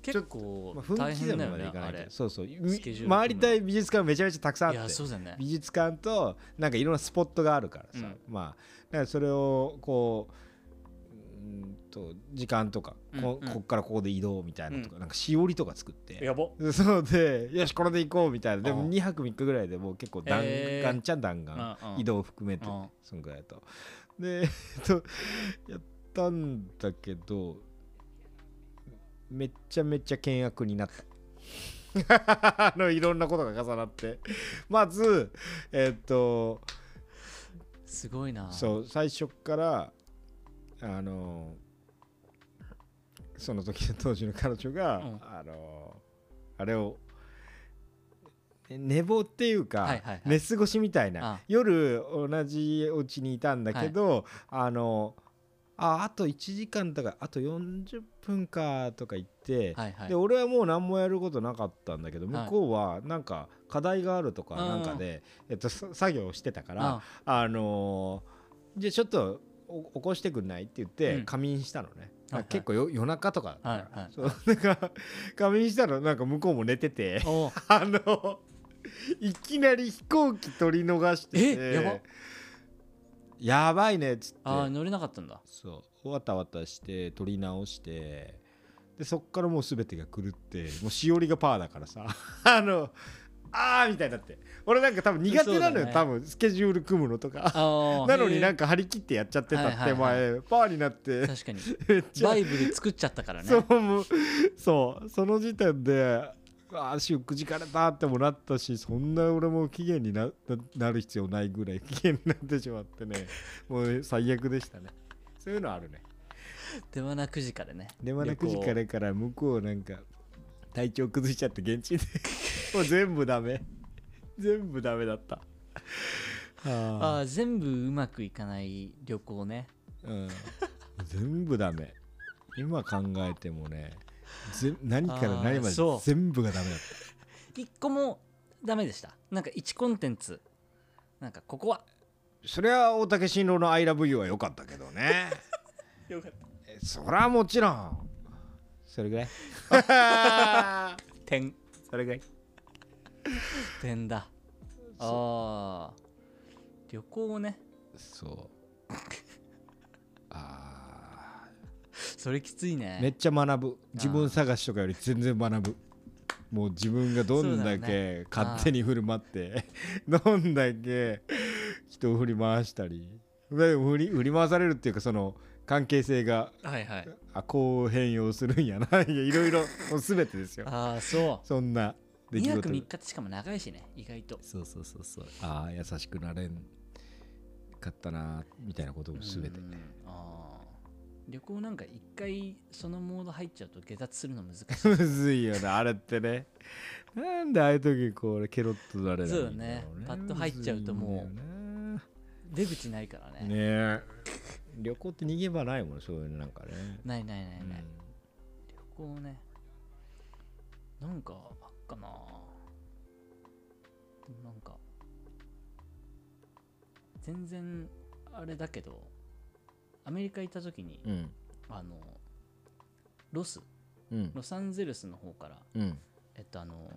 S5: 結構
S3: まあ、分
S5: 大
S3: 刻み
S5: 変だ
S3: ま
S5: よ
S3: でいか
S5: ね
S3: ない
S5: あ
S3: けど
S5: れ
S3: そうそうみ
S5: スケジュール組む
S3: 回りたい美術館めちゃめちゃたくさんあ
S5: い
S3: っ
S5: や
S3: て
S5: そうだよね
S3: 美術館となんかいろんなスポットがあるからさ、まあだからそれをこううーんと時間とか、こ
S5: うんうん
S3: こっからここで移動みたいなとか、なんかしおりとか作って、
S5: やば
S3: そうでよしこれで行こうみたいなで
S5: ああ
S3: も2泊3日ぐらいでもう結構弾
S5: へえ
S3: 丸ちゃ弾丸
S5: うんうん
S3: 移動含めて
S5: うん
S3: そんぐらいだとでえっとやったんだけどめちゃめちゃ険悪になった あのいろんなことが重なってまずえっと
S5: すごいな
S3: そう最初っからあのその時の当時の彼女が、
S5: うん
S3: あのあれをね寝坊っていうか、
S5: はいはいはい
S3: 寝過ごしみたい
S5: あ
S3: な
S5: あ
S3: 夜同じお家にいたんだけど、あのああと1時間とかあと40分かとか言って、
S5: はいはい
S3: で俺はもう何もやることなかったんだけど
S5: はい
S3: 向こうはなんか課題があるとかなんかで、えっと、さ作業をしてたから、あのーじゃあちょっとお起こしてくんないって言っ
S5: う
S3: て
S5: ん
S3: 仮眠したのね、
S5: はいはい
S3: 結構よ夜中とかだったから
S5: はいはい
S3: そうなんか仮眠したらなんか向こうも寝てて
S5: おう
S3: あのいきなり飛行機取り逃してて
S5: えやば
S3: やばいねっつって
S5: あー乗れなかった んだ
S3: そうわたわたして取り直してでそっからもう全てが狂ってもうしおりがパーだからさ あのあーみたいになって俺なんか多分苦手なの
S5: そう
S3: よ、
S5: だね
S3: 多分スケジュール組むのとか
S5: あー
S3: なのになん
S5: か
S3: か張り切ってやっちゃってた
S5: はい
S3: っ
S5: はい
S3: て
S5: はい
S3: 前パーになって
S5: 確かに
S3: めっちゃ
S5: バイブル作っちゃったからね
S3: そうもうそうその時点であ足をくじかれたってもなったしそんな俺も期限になななる必要ないぐらい期限になってしまって ねもう最悪でしたねそういうのあるね
S5: 手間なくじからね
S3: でまだ
S5: 旅行
S3: 9時からから向こうなんか体調崩しちゃって現地 でもう全部ダメ 全部ダメだったあ
S5: あー全部うまくいかない旅行ね
S3: あ、うん、全部ダメ今考えてもねぜ何から何ま
S5: あー
S3: で
S5: そう
S3: 全部がダメだっ
S5: 一個もダメでしたなんか1コンテンツなんかここは
S3: たそりゃ大竹新郎の「ILOVEYOU」は良かったけどね
S5: よかった
S3: えそりゃもちろんそれぐらい
S5: 点
S3: それぐらい
S5: 点だあー旅行をね
S3: そうああ
S5: それきついね
S3: めっちゃ学ぶ自分探しとかより全然学ぶもう自分がどんだ
S5: そうだよ
S3: け勝手に振る舞って、 どんだけ人を振り回したりでも振り振り回されるっていうかその関係性が
S5: はいはい
S3: あこう変容するんやないやいろいろもう全てですよ
S5: ああそ
S3: そんな
S5: う
S3: 出
S5: 2
S3: 来事
S5: 泊3
S3: が
S5: 日ってしかも長いしね意外と
S3: そうそうそうそうああ優しくなれんかったなみたいなことも全て
S5: うんあー旅行なんか一回そのモード入っちゃうと下脱するの難 し い
S3: むずいよなあれってねなんでああいう時こうケロッとなれないんろ
S5: そうだねパッと入っちゃうともう
S3: むずいんだよ
S5: 出口ないからね
S3: ねねえ旅行って逃げ場ないもんそういうのなんかね
S5: ないないない
S3: うん
S5: ない、旅行ねなんかあっかなでもなんか全然あれだけどアメリカ行った時に、
S3: うん
S5: あのロス
S3: うん
S5: ロサンゼルスの方から
S3: うん
S5: えっとあの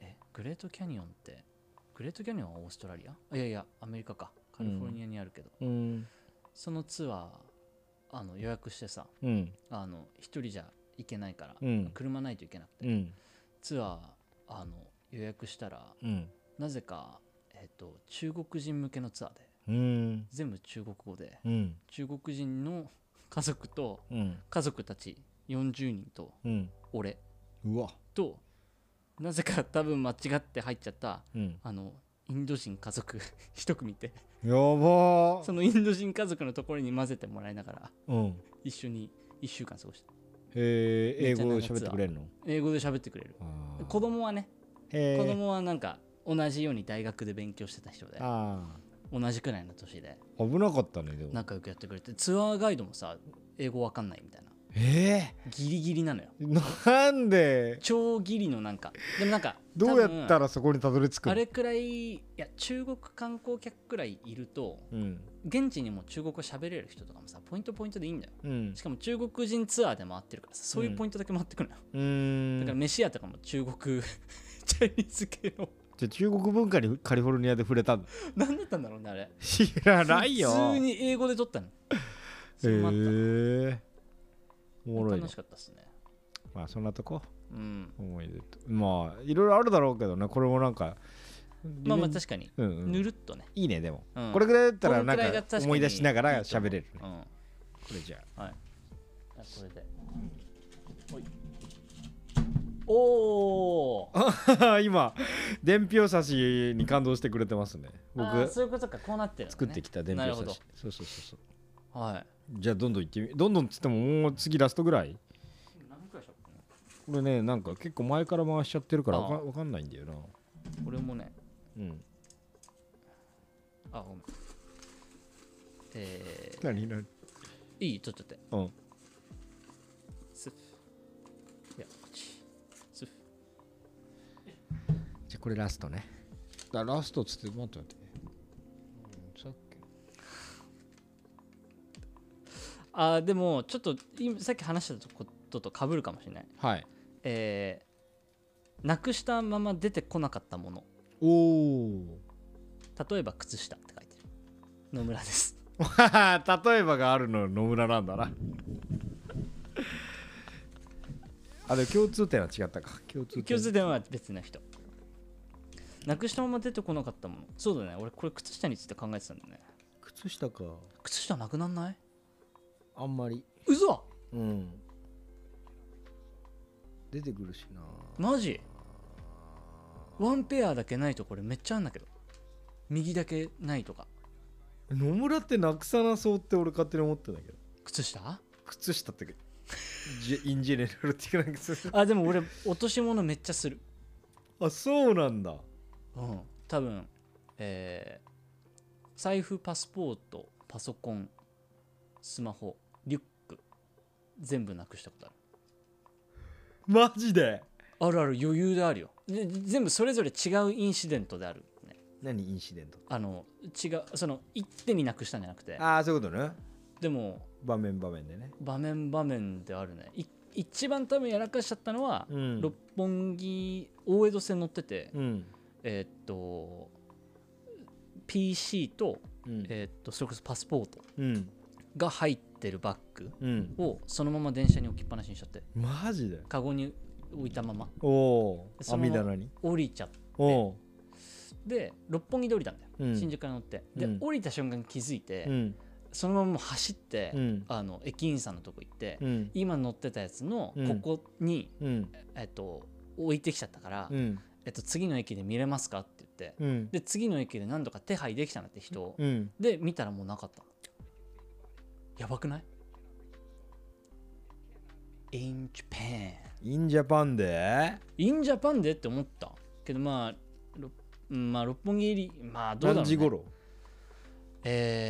S5: えグレートキャニオンってグレートキャニオンはオーストラリアあいやいやアメリカかカリフォルニアにあるけど、
S3: うん
S5: そのツアーあの予約してさ
S3: うん
S5: あの一人じゃ行けないから、
S3: うん
S5: 車ないといけなくて、
S3: うん
S5: ツアーあの予約したら
S3: うん
S5: なぜか、えっと中国人向けのツアーで
S3: うん
S5: 全部中国語で
S3: うん
S5: 中国人の家族と
S3: うん
S5: 家族たち40人と
S3: うん
S5: 俺
S3: うわ
S5: となぜか多分間違って入っちゃった
S3: うん
S5: あのインド人家族 一組いて
S3: やばー
S5: そのインド人家族のところに混ぜてもらいながら
S3: うん
S5: 一緒に1週間過ごした
S3: へえ英語喋ってくれるの
S5: 英語で喋ってくれる
S3: あー
S5: 子供はね
S3: へー
S5: 子供はなんか同じように大学で勉強してた人で
S3: あ
S5: 同じくらいの年で
S3: ー危なかったねでも
S5: 仲良くやってくれてツアーガイドもさ英語わかんないみたいな
S3: え
S5: ギリギリなのよ
S3: えなんで
S5: 超ギリのなんかでもなんか
S3: どうやった
S5: ら
S3: らそこにたどり着くの
S5: あれくらいいや中国観光客くらいいると
S3: うん
S5: 現地にも中国語喋れる人とかもさポイントポイントでいいんだよ
S3: うん
S5: しかも中国人ツアーで回ってるからさそういうポイントだけ回ってくるのよ、
S3: う
S5: だから
S3: ん
S5: 飯屋とかも中国 チャイニーズ系の
S3: じゃあ中国文化にカリフォルニアで触れたんだ
S5: 何だったんだろうねあれ
S3: 知らないよ
S5: 普通に英語で撮ったのそ
S3: へ
S5: れもあった
S3: えおもろいね
S5: 楽しかったですね
S3: まあそんなとこ
S5: うん
S3: 思い出とまあいろいろあるだろうけどねこれもなんか
S5: まあまあ
S3: リベンジ
S5: 確かに、
S3: うんうん
S5: ぬるっとね、
S3: いいねでも
S5: うん
S3: これぐらいだった
S5: こ
S3: ら
S5: の
S3: な
S5: くらいが
S3: ん
S5: 確か
S3: か
S5: に
S3: 思い出しなが
S5: い
S3: ら
S5: いと思
S3: 喋
S5: う
S3: れるね
S5: うん、はい
S3: これじゃあ
S5: じゃあこれでおお
S3: 今伝票差しに感動してくれてますね僕
S5: あー
S3: が
S5: そういうことかこうなってるのね
S3: 作ってきた伝
S5: なる
S3: 票差
S5: ほど
S3: しそうそうそうそう
S5: はい
S3: じゃあどんどん行ってみどんどんっつってももう次ラストぐらいこれねなんか結構前から回しちゃってるからわか
S5: ああ
S3: わかんないんだよな
S5: これもね
S3: うん
S5: あごめんえ
S3: 何何
S5: ー、いいちょっと待って
S3: うん
S5: スフいやこっちスフ
S3: じゃあこれラストねだラストっつって待って待ってうんさっき
S5: あーでもちょっと今さっき話したこととかぶるかもしれない
S3: はい
S5: えー、なくしたまま出てこなかったもの
S3: おお
S5: 例えば靴下って書いてる野村です
S3: 例えばがあるの野村なんだなあれ共通点は違ったか共通点
S5: 共通点は別な人なくしたまま出てこなかったものそうだね俺これ靴下について考えてたんだね
S3: 靴下か
S5: 靴下なくなんない
S3: あんまり
S5: 嘘
S3: うん出てくるしな
S5: マジワンペアだけないとこれめっちゃあんだけど右だけないとか
S3: 野村ってなくさなそうって俺勝手に思ってたけど
S5: 靴下
S3: 靴下ってジェインジェネラル的な靴下
S5: あでも俺落とし物めっちゃする
S3: あそうなんだ
S5: うん多分えー財布パスポートパソコンスマホリュック全部なくしたことある
S3: マジで
S5: あるある余裕であるよで全部それぞれ違うインシデントである、ね、
S3: 何インシデント
S5: あの違うその一手になくしたんじゃなくて
S3: ああそういうことね
S5: でも
S3: 場面場面でね
S5: 場面場面であるねい一番多分やらかしちゃったのは、
S3: うん
S5: 六本木大江戸線乗ってて、
S3: うん
S5: えーっと PC と,、
S3: うん
S5: えーっとそれこそパスポート
S3: うん
S5: が入ってるバッグ
S3: うん
S5: をそのまま電車に置きっぱなしにしちゃって
S3: マジで
S5: カゴに置いたまま
S3: おおー
S5: その
S3: 網棚に
S5: 降りちゃって
S3: おお
S5: で六本木で降りたんだよ、
S3: うん
S5: 新宿から乗ってで、
S3: うん
S5: 降りた瞬間に気づいて、
S3: ーうん
S5: そのままもう走って、
S3: うん
S5: あの駅員さんのとこ行って、
S3: うん
S5: 今乗ってたやつの
S3: うん
S5: ここに、
S3: うん
S5: えっと、置いてきちゃったから、
S3: うん
S5: えっと、次の駅で見れますかって言って、
S3: うん
S5: で次の駅で何度か手配できたなって人を、
S3: うん
S5: で見たらもうなかったのやばくない ?In Japan
S3: インジャパンで
S5: in Japan でって思ったけどまあろうんまあ六本木入りまあどうだろう、ね、
S3: 何時頃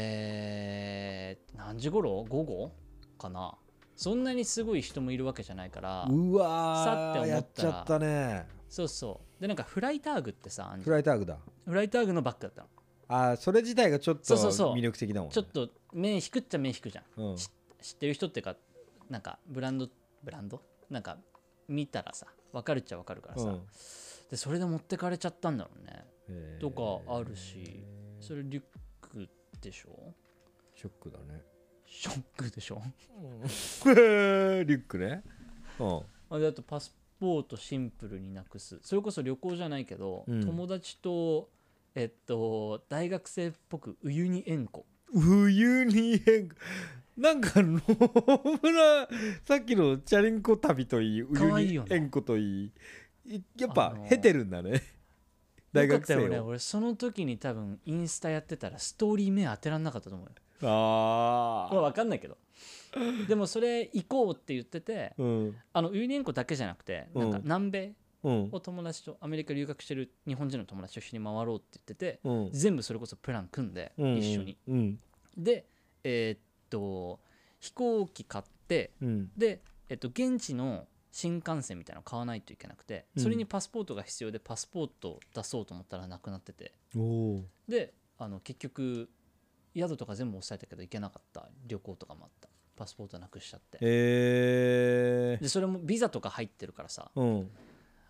S5: えー、何時頃午後かなそんなにすごい人もいるわけじゃないから
S3: うわ
S5: さ
S3: ー
S5: って
S3: や
S5: 思
S3: っ
S5: った
S3: ち
S5: ら
S3: ゃったね
S5: そうそうでなんかフライターグってさあんじ
S3: フ
S5: ゃん
S3: ライターグだ
S5: フライターグのバッグだったの
S3: あーそれ自体がちょっと
S5: そうそうそう
S3: 魅力的だもんね
S5: ちょっと目引くっちゃ目引くじゃん
S3: うん
S5: 知ってる人ってかなんかブランドブランドなんか見たらさ分かるっちゃ分かるからさ、
S3: うん
S5: でそれで持ってかれちゃったんだろうね
S3: へー
S5: とかあるしそれリュックでしょ
S3: ショックだね
S5: ショックでしょ
S3: リュックねうん
S5: あであとパスポートシンプルになくすそれこそ旅行じゃないけど、
S3: うん
S5: 友達とえっと大学生っぽくウユニ塩湖
S3: 冬に変化なんか野村さっきのチャリンコ旅といい
S5: かわい
S3: 冬
S5: いよ
S3: に
S5: ね
S3: 変更といいいやっ
S5: あ
S3: ぱ
S5: のー
S3: 経てるんだ ね大学生
S5: よかったよ
S3: を
S5: ね俺その時に多分インスタやってたらストーリー目当てらんなかったと思うよ
S3: あ
S5: まあ、分かんないけどでもそれ行こうって言ってて
S3: ーうん
S5: あのウユニ塩湖だけじゃなくてなんか
S3: うん
S5: 南米
S3: うん
S5: を友達とアメリカ留学してる日本人の友達と一緒に回ろうって言ってて
S3: うん
S5: 全部それこそプラン組んで
S3: うん
S5: 一緒に
S3: うん
S5: でえーっと飛行機買って
S3: うん
S5: で、えっと、現地の新幹線みたいなの買わないといけなくて
S3: うん
S5: それにパスポートが必要でパスポートを出そうと思ったらなくなってて
S3: おおー
S5: であの結局宿とか全部押さえたけど行けなかった旅行とかもあったパスポートなくしちゃって
S3: えー
S5: でそれもビザとか入ってるからさ
S3: うん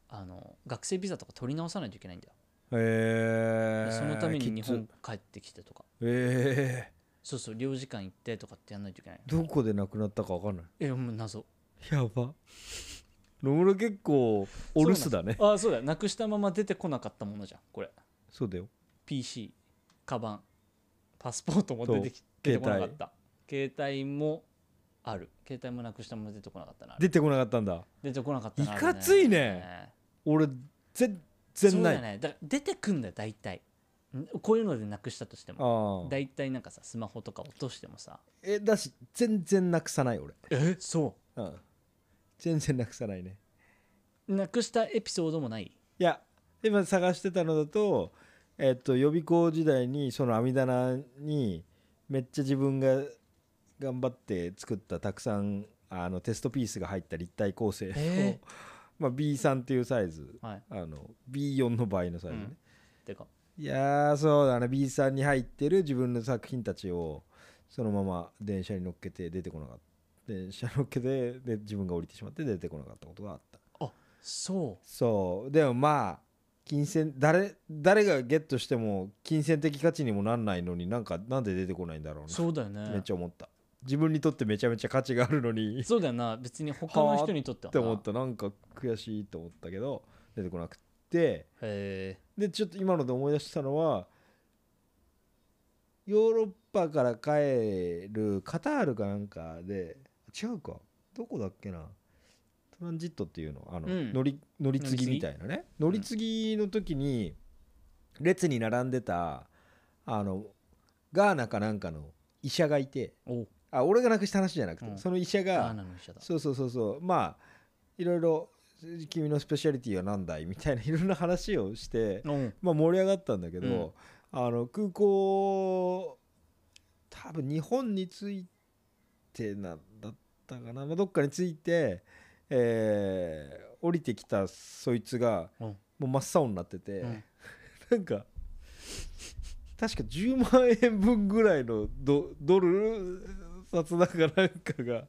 S5: あの学生ビザとか取り直さないといけないんだよ
S3: え
S5: で
S3: ー
S5: そのために日
S3: き
S5: 本
S3: つ
S5: 帰ってきてとか
S3: え
S5: そうそう領事館行ってとかってやんないといけない
S3: ーどこで亡くなったかわかんない
S5: えもう 謎
S3: やば野村結構お留守だね
S5: ああそうだよなくしたまま出てこなかったものじゃんこれ
S3: そうだよ
S5: PC カバンパスポートも
S3: そう
S5: 出てき出てこなかった携帯もある携帯もなくしたまま出てこなかったなあれ
S3: 出てこなかったんだ
S5: 出てこなかったなあれ
S3: いかついね俺全然
S5: そう
S3: な
S5: だ
S3: い、
S5: よねだから出てくんだよ大体んこういうのでなくしたとしても
S3: ああ
S5: 大体なんかさスマホとか落としてもさ
S3: えだし全然なくさない俺、
S5: えそ
S3: うん、全然なくさないね
S5: うなくしたエピソードもない
S3: いや今探してたのだと,、えっと予備校時代にその網棚にめっちゃ自分が頑張って作ったたくさんあのテストピースが入った立体構成の、
S5: え
S3: まあ、B3 っていうサイズ
S5: はい
S3: あの B4 の倍のサイズね、
S5: てか
S3: いやーそうだね B さんに入ってる自分の作品たちをそのまま電車に乗っけて出てこなかった電車乗っけてで自分が降りてしまって出てこなかったことがあった
S5: そ
S3: そうでもまあ金銭誰誰がゲットしても金銭的価値にもなんないのになんかなんで出てこないんだろう
S5: う
S3: な
S5: そうだよ
S3: めっ
S5: ね
S3: ちゃ思った自分にとってめちゃめちゃ価値があるのに
S5: そうだよな別に他の人にとっ
S3: っ
S5: ては
S3: て
S5: な
S3: 思ったなんか悔しいと思ったけど出てこなくって
S5: へ
S3: でちょっと今ので思い出したのはヨーロッパから帰るカタールかなんかで違うかどこだっけなトランジットっていうのあの、
S5: うん
S3: 乗り乗り継ぎみたいなね乗り継ぎの時に列に並んでたあのガーナかなんかの医者がいて
S5: えお
S3: あ俺がなくした話じゃなくて、
S5: うん
S3: その医者
S5: ガー
S3: が
S5: ナの医者だ
S3: そうそうそうそうまあいろいろ君のスペシャリティは何だいみたいないろんな話をして
S5: うん
S3: まあ、盛り上がったんだけど、あの空港多分日本に着いてなんだったかな、まあ、どっかに着いて、えー降りてきたそいつが、
S5: うん
S3: もう真っ青になってて、
S5: うん
S3: なんか確か10万円分ぐらいのドドル札だかなんかが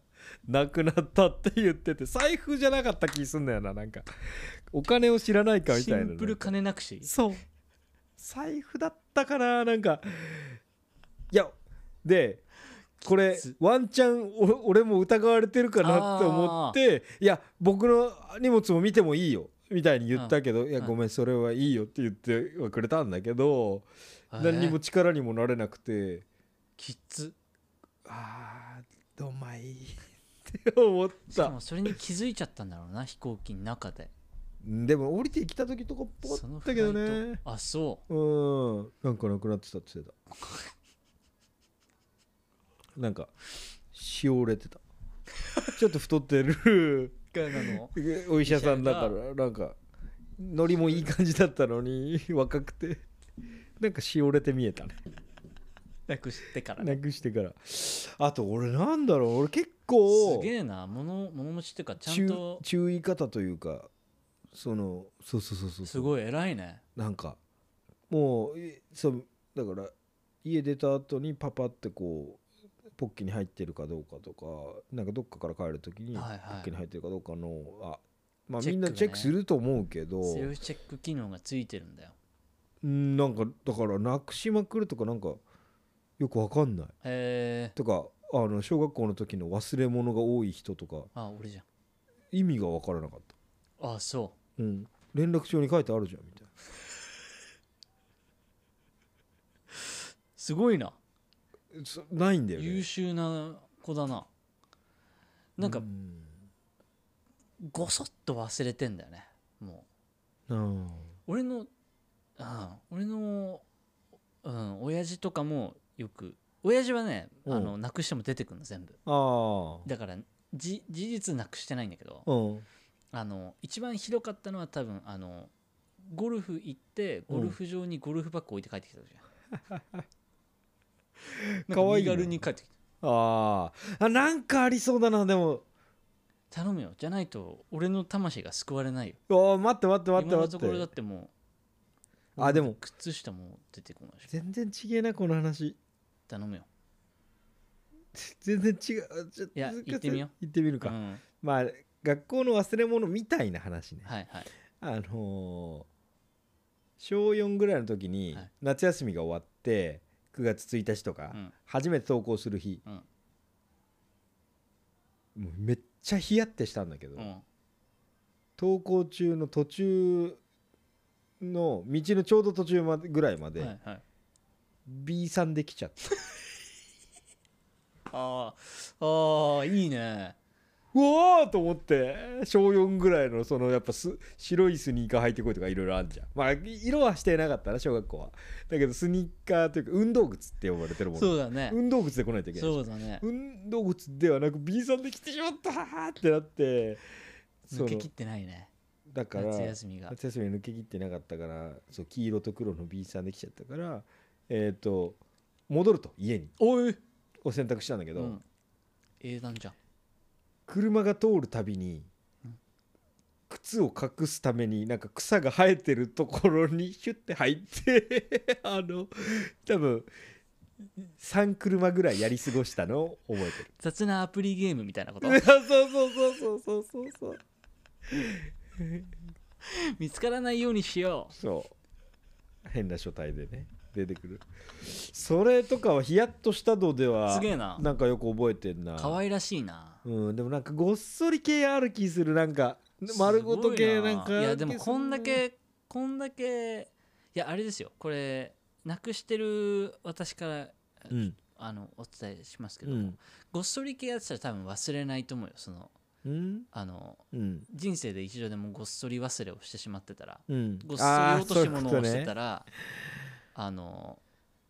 S3: なくなったって言ってて財布じゃなかった気すんだよななんかお金を知らないかみ
S5: シ
S3: たいな
S5: ンプル金なくし
S3: そう財布だったかななんかいやでこれ
S5: きつ
S3: ワンチャンお俺も疑われてるかなって思っていや僕の荷物も見てもいいよみたいに言ったけど、いや
S5: うん
S3: ごめんそれはいいよって言ってはくれたんだけど、
S5: えー
S3: 何にも力にもなれなくて
S5: きっつ
S3: あーどまいって思っ
S5: したかもそれに気づいちゃったんだろうな飛行機の中で
S3: でも降りてきた時とかっぽか
S5: その
S3: った
S5: フ
S3: けど
S5: ライ
S3: ね
S5: トあそう
S3: うんなんかなくなってたって言ってたなんかしおれてたちょっと太って る
S5: ガーナの
S3: お医者さんだからなんかノリもいい感じだったのに若くてなんかしおれて見えたね
S5: なくしてからね
S3: なくしてからあと俺なんだろう俺結構
S5: すげえな物物持ちっていうかちゃん
S3: 注
S5: と
S3: 注意方というかそのそうそうそうそう
S5: す
S3: い
S5: ごい偉いね
S3: なんかもういそうだから家出た後にパパってこうポッキに入ってるかどうかとかなんかどっかから帰る時にポ
S5: はいはい
S3: ッキに入ってるかどうかの、あまあ
S5: チェッ
S3: みん
S5: クがね
S3: なチェックすると思うけど、
S5: セルフチェック機能がついてるんだよ
S3: うんなんかだからなくしまくるとかなんかよくわかんない
S5: へえ
S3: とかあの小学校の時の忘れ物が多い人とか
S5: あ俺じゃん
S3: 意味がわからなかった、
S5: あそ
S3: うん、連絡帳に書いてあるじゃんみたいな
S5: うすごいな
S3: そないんだよね
S5: 優秀な子だななんか
S3: うん
S5: ごそっと忘れてんだよねも
S3: あ
S5: う俺のあ俺のうん親父とかもよく親父はね
S3: うん
S5: あのなくしても出てくるの全部
S3: ああ
S5: だからじ事実なくしてないんだけど
S3: あうん
S5: あの一番ひどかったのは多分あのゴルフ行ってゴルフ場にゴルフバッグ置いて帰ってきたじゃんなん
S3: かわいい
S5: 身
S3: な
S5: 軽に帰ってき
S3: あーあなんかありそうだなでも
S5: た頼むよじゃないと俺の魂が救われないよ
S3: おー待って待って待って
S5: 今の
S3: 待
S5: と
S3: っ
S5: ころだっててもう
S3: あでも
S5: 靴下も出てこないし
S3: 全然違えなこの話
S5: 頼むよ
S3: 全然違うちょ
S5: いや
S3: ちょ
S5: 行ってみよう
S3: 行ってみる
S5: う
S3: か、
S5: ん
S3: まあ学校の忘れ物みたいな話ね、
S5: はいはい
S3: あのー小4ぐらいの時に
S5: はい
S3: 夏休みが終わって9月1日とか、
S5: うん
S3: 初めて登校する日、
S5: うん
S3: もうめっちゃヒヤってしたんだけど、
S5: うん
S3: 登校中の途中の道のちょうど途中までぐらいまで、
S5: はいはい
S3: B さんで来ちゃった
S5: あーあーいいね
S3: うわーと思って小4ぐらいのそのやっぱす白いスニーカー履いてこいとかいろいろあるじゃんまあ色はしてなかったな小学校はだけどスニーカーというか運動靴って呼ばれてるもん
S5: そうだね。
S3: 運動靴で来ないといけない
S5: そうだね。
S3: 運動靴ではなく B さんで来てしまったーってなってそ
S5: 抜
S3: の
S5: け切ってないね。
S3: だから
S5: 夏休みが。
S3: 夏休み抜け切ってなかったからそう黄色と黒の B さんできちゃったからえっ、と戻ると家に
S5: おい。
S3: を選択したんだけ
S5: う
S3: ど、
S5: ん。英断じゃん。
S3: 車が通るたびに靴を隠すためになんか草が生えてるところにヒュッて入って あの多分3車ぐらいやり過ごしたのを覚えてる。
S5: 雑なアプリゲームみたいなこと
S3: そうそうそうそうそうそうそう
S5: 見つからないようにしよ
S3: そう変な書体でね出てくるそれとかはヒヤッとしたのでは
S5: すげえなん
S3: かよく覚えてんな
S5: う可愛らしいな
S3: うん、でもなんかごっそり系ある気するなんか丸ごと系なん
S5: す
S3: か
S5: ごいい
S3: あ
S5: や
S3: る気
S5: でも
S3: する
S5: こんだけこんだけいやあれですよこれなくしてる私から
S3: うん
S5: あのお伝えしますけ
S3: う
S5: ど、
S3: ん
S5: ごっそり系やってたら多分忘れないと思うよその
S3: うん
S5: あの
S3: うん
S5: 人生で一度でもごっそり忘れをしてしまってたら
S3: うん
S5: ごっそり落とし物をしてた
S3: ら
S5: らあの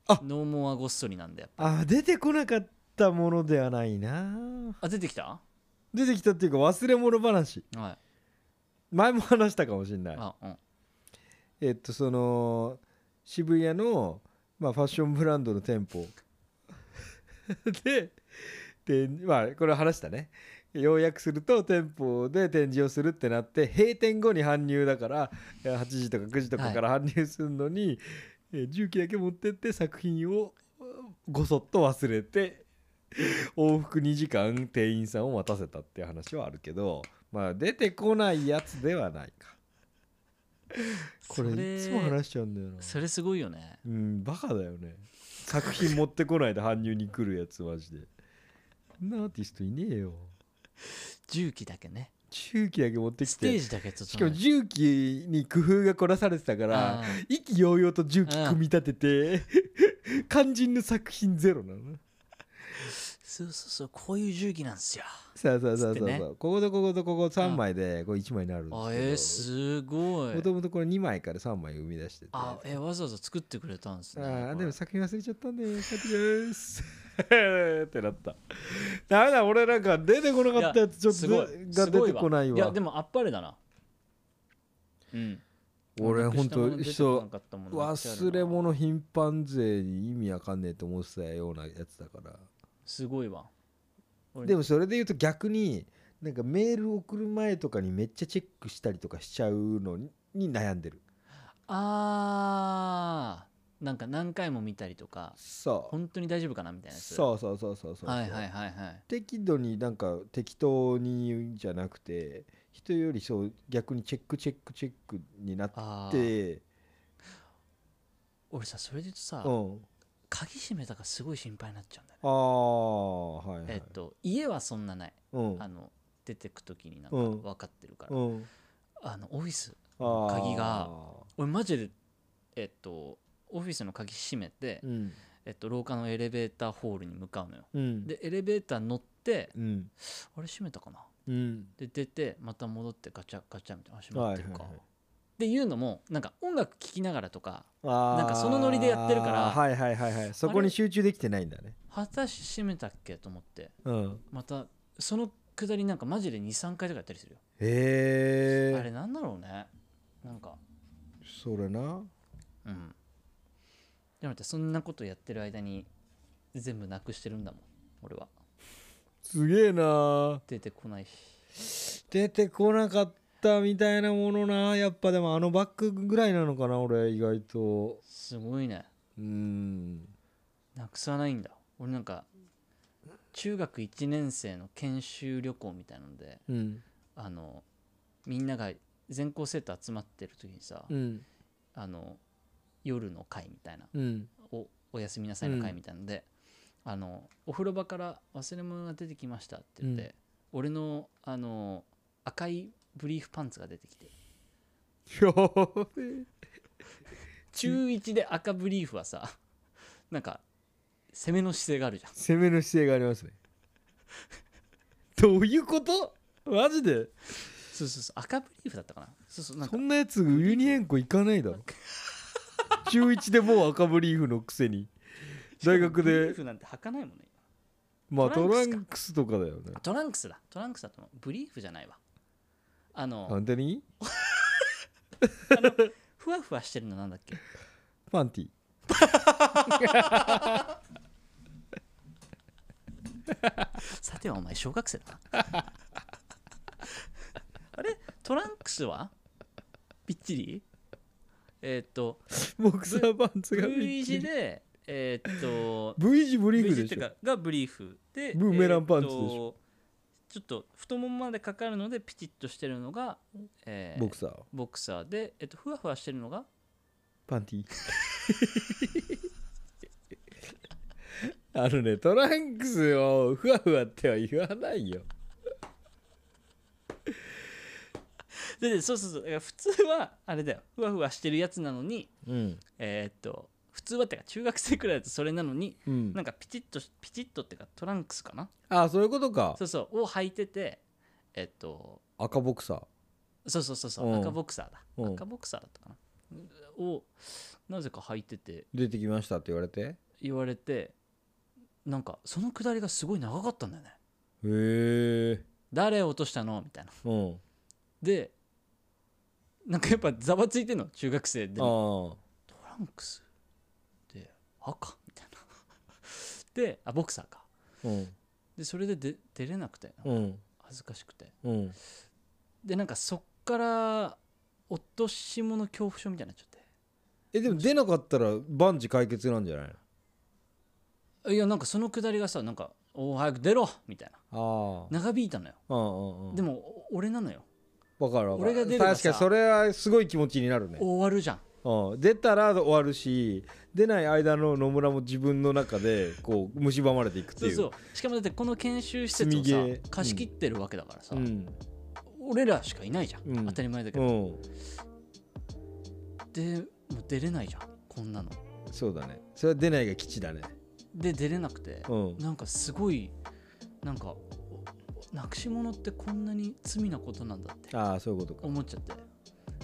S3: あ
S5: ノーモアごっそりなんだよ
S3: あー出てこなかったものではないな
S5: あ出てきた
S3: 出てきたっていうか忘れ物話
S5: は
S3: 前も話したかもしれないい
S5: あうん
S3: えっとその渋谷の、まあ、ファッションブランドの店舗 ででまあこれ話したね要約すると店舗で展示をするってなって閉店後に搬入だからえー8時とか9時とかから搬入するのに、えー重機だけ持ってって作品をうんごそっと忘れて往復2時間店員さんを待たせたっていう話はあるけどまあ出てこないやつではないかこれ
S5: それ
S3: いつも話しちゃうんだよな
S5: それすごいよね
S3: うんバカだよね作品持ってこないで搬入に来るやつマジでそんなアーティストいねえよ
S5: 重機だけね
S3: 重機だけ持ってきて
S5: ステージだけ整え
S3: しかも重機に工夫が凝らされてたから
S5: あ
S3: 意気揚々と重機組み立てて肝心の作品ゼロなの
S5: ーそうそうそうこういう重機なんですよ
S3: そうそうそうそうそう、
S5: つってね
S3: こことこことここ3枚でこれ1枚になるん
S5: あえー、
S3: です
S5: すご
S3: けども
S5: い
S3: ともとこれ2枚から3枚生み出してて
S5: あえーわざわざ作ってくれたんです
S3: あ
S5: ね
S3: ー
S5: こ
S3: で
S5: れ
S3: も作品忘れちゃったんで帰ってきます ってなったダメだ俺なんか出てこなかったやつちょっ
S5: す
S3: と
S5: ごい
S3: が
S5: すご
S3: 出てこないわ
S5: いやでもあっぱれだなうん
S3: 俺ほんと人忘
S5: 忘
S3: れ物頻繁税に意味わかんねえと思ってたようなやつだから
S5: すごいわ俺
S3: でもそれで言うと逆になんかメール送る前とかにめっちゃチェックしたりとかしちゃうのにに悩んでる
S5: あーなんか何回も見たりとか
S3: そう
S5: 本当に大丈夫かなみたいなやつ
S3: そうそうそうそうそう、
S5: はいはいはいはい
S3: 適度になんか適当にじゃなくて人よりそう逆にチェックチェックチェックになっ
S5: あー
S3: て
S5: 俺さそれで言うとさ、
S3: うん
S5: 鍵閉めたかすごい心配になっちゃうんだよね、
S3: ああはいはい、
S5: えっと家はそんなない、
S3: うん
S5: あの出てく時になんか
S3: うん
S5: 分かってるから、
S3: うん
S5: あのオフィス
S3: あー
S5: 鍵が俺マジでえっとオフィスの鍵閉めて、
S3: うん
S5: えっと、廊下のエレベーターホールに向かうのよ
S3: うん
S5: でエレベーター乗って
S3: うん
S5: あれ閉めたかな
S3: うん
S5: で出てまた戻ってガチャガチャみたいなあ閉まってるか、
S3: はいはいはい
S5: っていうのもなんか音楽聴きながらとか
S3: な
S5: なんかそのノリでやってるから
S3: はいはいはいはいそこに集中できてないんだね
S5: 果たして閉めたっけと思って
S3: うん
S5: またそのくだりなんかマジで23回とかやったりするよ
S3: へ
S5: あ
S3: え
S5: れなんだろうねなんか
S3: それな
S5: うんでもってそんなことやってる間に全部なくしてるんだもん俺は
S3: すげえな
S5: 出てこないし
S3: 出てこなかったみたいなものなやっぱでもあのバッグぐらいなのかな俺意外と
S5: すごいね
S3: うん
S5: なくさないんだ俺なんか中学1年生の研修旅行みたいなので
S3: うん
S5: あのみんなが全校生徒集まってる時にさ、
S3: うん
S5: あの夜の会みたいな
S3: うん
S5: おおやすみなさいの会みたいので、あのお風呂場から忘れ物が出てきましたって言って、
S3: うん
S5: 俺のあの赤いブリーフパンツが出てきて
S3: やべえ
S5: 中1で赤ブリーフはさ なんか攻めの姿勢があるじゃん
S3: 攻めの姿勢がありますね どういうことマジで
S5: そうそうそう赤ブリーフだったかなそうそうなん
S3: そ
S5: か
S3: んなやつユニエンコ行かないだろ中1でもう赤ブリーフのくせに大学
S5: ブリー
S3: で
S5: フなんて履かないもんね
S3: まあト
S5: ト
S3: ラ
S5: ラ
S3: ン
S5: ン
S3: クスとかだよね
S5: トランクスだトランクスだと思うブリーフじゃないわあの
S3: パンテに
S5: ふわふわしてるのなんだっけ
S3: パンティ
S5: さてはお前小学生だな あれトランクスはぴっちりえーっと
S3: ボクサーパンツが
S5: V 字でえーっと
S3: V 字ブリー
S5: V
S3: フ
S5: 字っ
S3: で
S5: てい
S3: し
S5: う
S3: ょ
S5: かがブリーフで
S3: ブーメランパンツでしょ
S5: えーっとちょっと太ももまでかかるのでピチッとしてるのが、えー
S3: ボクサー
S5: ボクサーで、えっと、ふわふわしてるのが
S3: パンティあのねトランクスをふわふわっては言わないよ
S5: ででそうそうそうだから普通はあれだよふわふわしてるやつなのに
S3: うん
S5: えーっと普通はってか中学生くらいだとそれなのに
S3: うん
S5: なんかピチッとしピチッとってかトランクスかな
S3: あそういうことか
S5: そうそうを履いててえっと
S3: 赤ボクサー
S5: そうそうそうそううん赤ボクサーだ
S3: うん
S5: 赤ボクサーだったかなをなぜか履いてて
S3: 出てきましたって言われてへ
S5: 言われてなんかそのくだりがすごい長かったんだよね
S3: え
S5: 誰落としたのみたいな
S3: うん
S5: でなんかやっぱざわついてんの中学生でも
S3: ああ
S5: トランクスで赤みたいなであボクサーか
S3: うん
S5: でそれでで出れなくて
S3: うん
S5: 恥ずかしくて
S3: うん
S5: でなんかそっから落とし物恐怖症みたいになっちゃっ
S3: えでも出なかったら万事解決なんじゃない
S5: ていやなんかそのくだりがさなんか「おお早く出ろ!」みたいな
S3: のあ
S5: 長引いたのよ
S3: あうんうんうん
S5: でもお俺なのよ
S3: 分かる分かる
S5: 俺が出れば
S3: 確かに
S5: さ
S3: それはすごい気持ちになるね、
S5: 終わるじゃん
S3: うん、出たら終わるし出ない間の野村も自分の中でこう蝕まれていくって
S5: そう
S3: いう
S5: そうしかもだってこの研修施設
S3: 積
S5: を
S3: みゲ
S5: さ
S3: ー
S5: 貸し切ってるわけだからさ、
S3: うん
S5: 俺らしかいないじゃん、
S3: うん
S5: 当たり前だけ
S3: う
S5: ど、
S3: ん
S5: でもう出れないじゃんこんなの
S3: そうだねそれは出ないが吉だね
S5: で出れなくて、
S3: うん
S5: なんかすごいなんかなくし物ってこんなに罪なことなんだって
S3: ああそういうことか
S5: 思っちゃって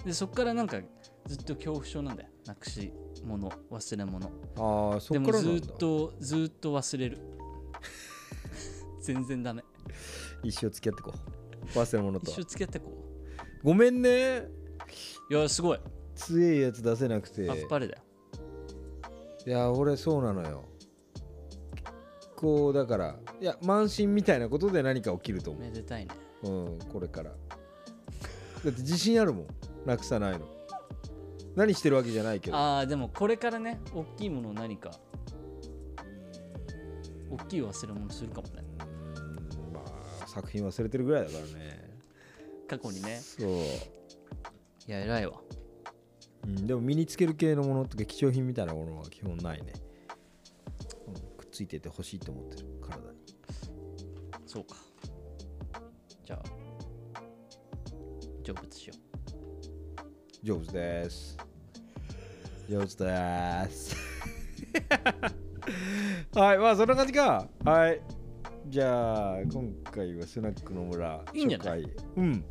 S5: でそっからなんかずっと恐怖症なんだよなくし物忘れ物
S3: ああそ
S5: で
S3: っか
S5: も
S3: ら
S5: ず
S3: なんだ
S5: っとずっと忘れる 全然ダメ
S3: 一生付き合ってこう忘れ物と
S5: 一
S3: は
S5: 生付き合ってこ
S3: ごめんね
S5: ういやすごい
S3: 強えやつ出せなくて
S5: あっぱれだよ
S3: いや俺そうなのよこうだからいや慢心みたいなことで何か起きると思
S5: めでたいね
S3: う、うん、これからだって自信あるもんなくさないの何してるわけじゃないけど
S5: ああでもこれからね大きいものを何か大きい忘れ物するかもね
S3: うんまあ作品忘れてるぐらいだからね
S5: 過去にね
S3: そう、
S5: いや偉いわ
S3: うん、でも身につける系のものとか貴重品みたいなものは基本ないね、うんくっついててほしいと思ってる体に
S5: そうかじゃあ成仏しよう
S3: 上手です上手です はいまあそんな感じかはいじゃあ今回はスナックの村
S5: いいんじゃ
S3: 初
S5: な
S3: 回うん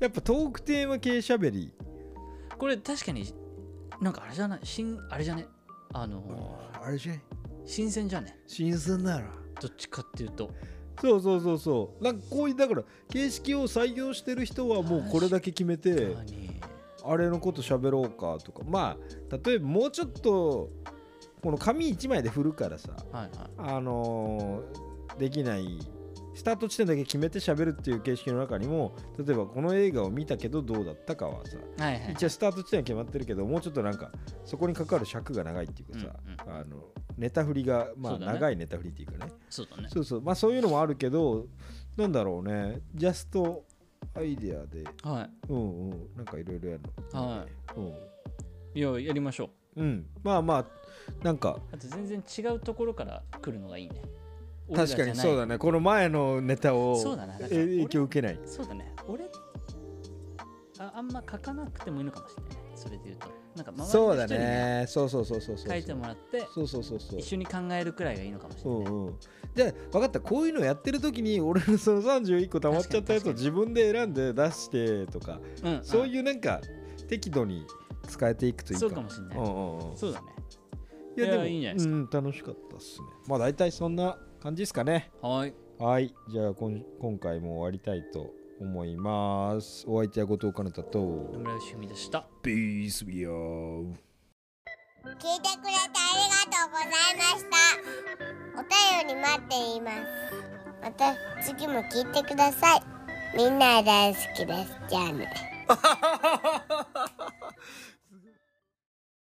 S3: やっぱトークテーマ系しゃべり
S5: これ確かになんかあれじゃない新あれじゃねあの
S3: あれじゃん
S5: 新鮮じゃね
S3: 新鮮だろ
S5: どっちかっていうと
S3: そうそうそうそうなんかこういうだから形式を採用してる人はもうこれだけ決めて
S5: 何
S3: あれのこと喋ろうかとかまあ例えばもうちょっとこの紙一枚で振るからさ
S5: はいはい
S3: あのーできないスタート地点だけ決めて喋るっていう形式の中にも例えばこの映画を見たけどどうだったかはさ
S5: はいはい
S3: 一応スタート地点は決まってるけどもうちょっとなんかそこにかかる尺が長いっていうかさ、あのネタ振りが、ま
S5: そ
S3: あ、
S5: うだね
S3: 長いネタ振りっていうかね
S5: そうだね
S3: そうそうまあそういうのもあるけどなんだろうねジャストアイデアで
S5: は
S3: うんうんなんかいろいろやるの、
S5: は
S3: う
S5: い
S3: ん
S5: いいややりましょう
S3: うん、まあまあなんか
S5: あと全然違うところから来るのがいいね俺ら
S3: 確
S5: じゃ
S3: か
S5: ない
S3: にそうだねこの前のネタを
S5: そうだなだから
S3: え影響受けない
S5: そうだね俺ああんま書かなくてもいいのかもしれないねそれで言うとなんか周りの人
S3: そうだ
S5: に
S3: ねそうそうそうそうそう
S5: 書いてもらって
S3: そうそうそうそう
S5: 一緒に考えるくらいがいいのかもし
S3: う
S5: れない、
S3: んうん、じゃあ分かったこういうのやってる時に俺のその31個溜まっちゃったやつを自分で選んで出してとか
S5: うんうん
S3: そういうなんか適度に使えていくといいか
S5: そうかもしれない
S3: うんうんうん
S5: そうだね
S3: いやでも
S5: いやいいんじゃないですか
S3: うん、楽しかったっすねまあ大体そんな感じですかね
S5: はい
S3: はいじゃあこん今回も終わりたいと思いますお相手は後藤かなたと
S5: 野村良文でした
S3: ピースビアー
S2: 聞いてくれてありがとうございましたお便り待っていますまた次も聞いてくださいみんな大好きですじゃあね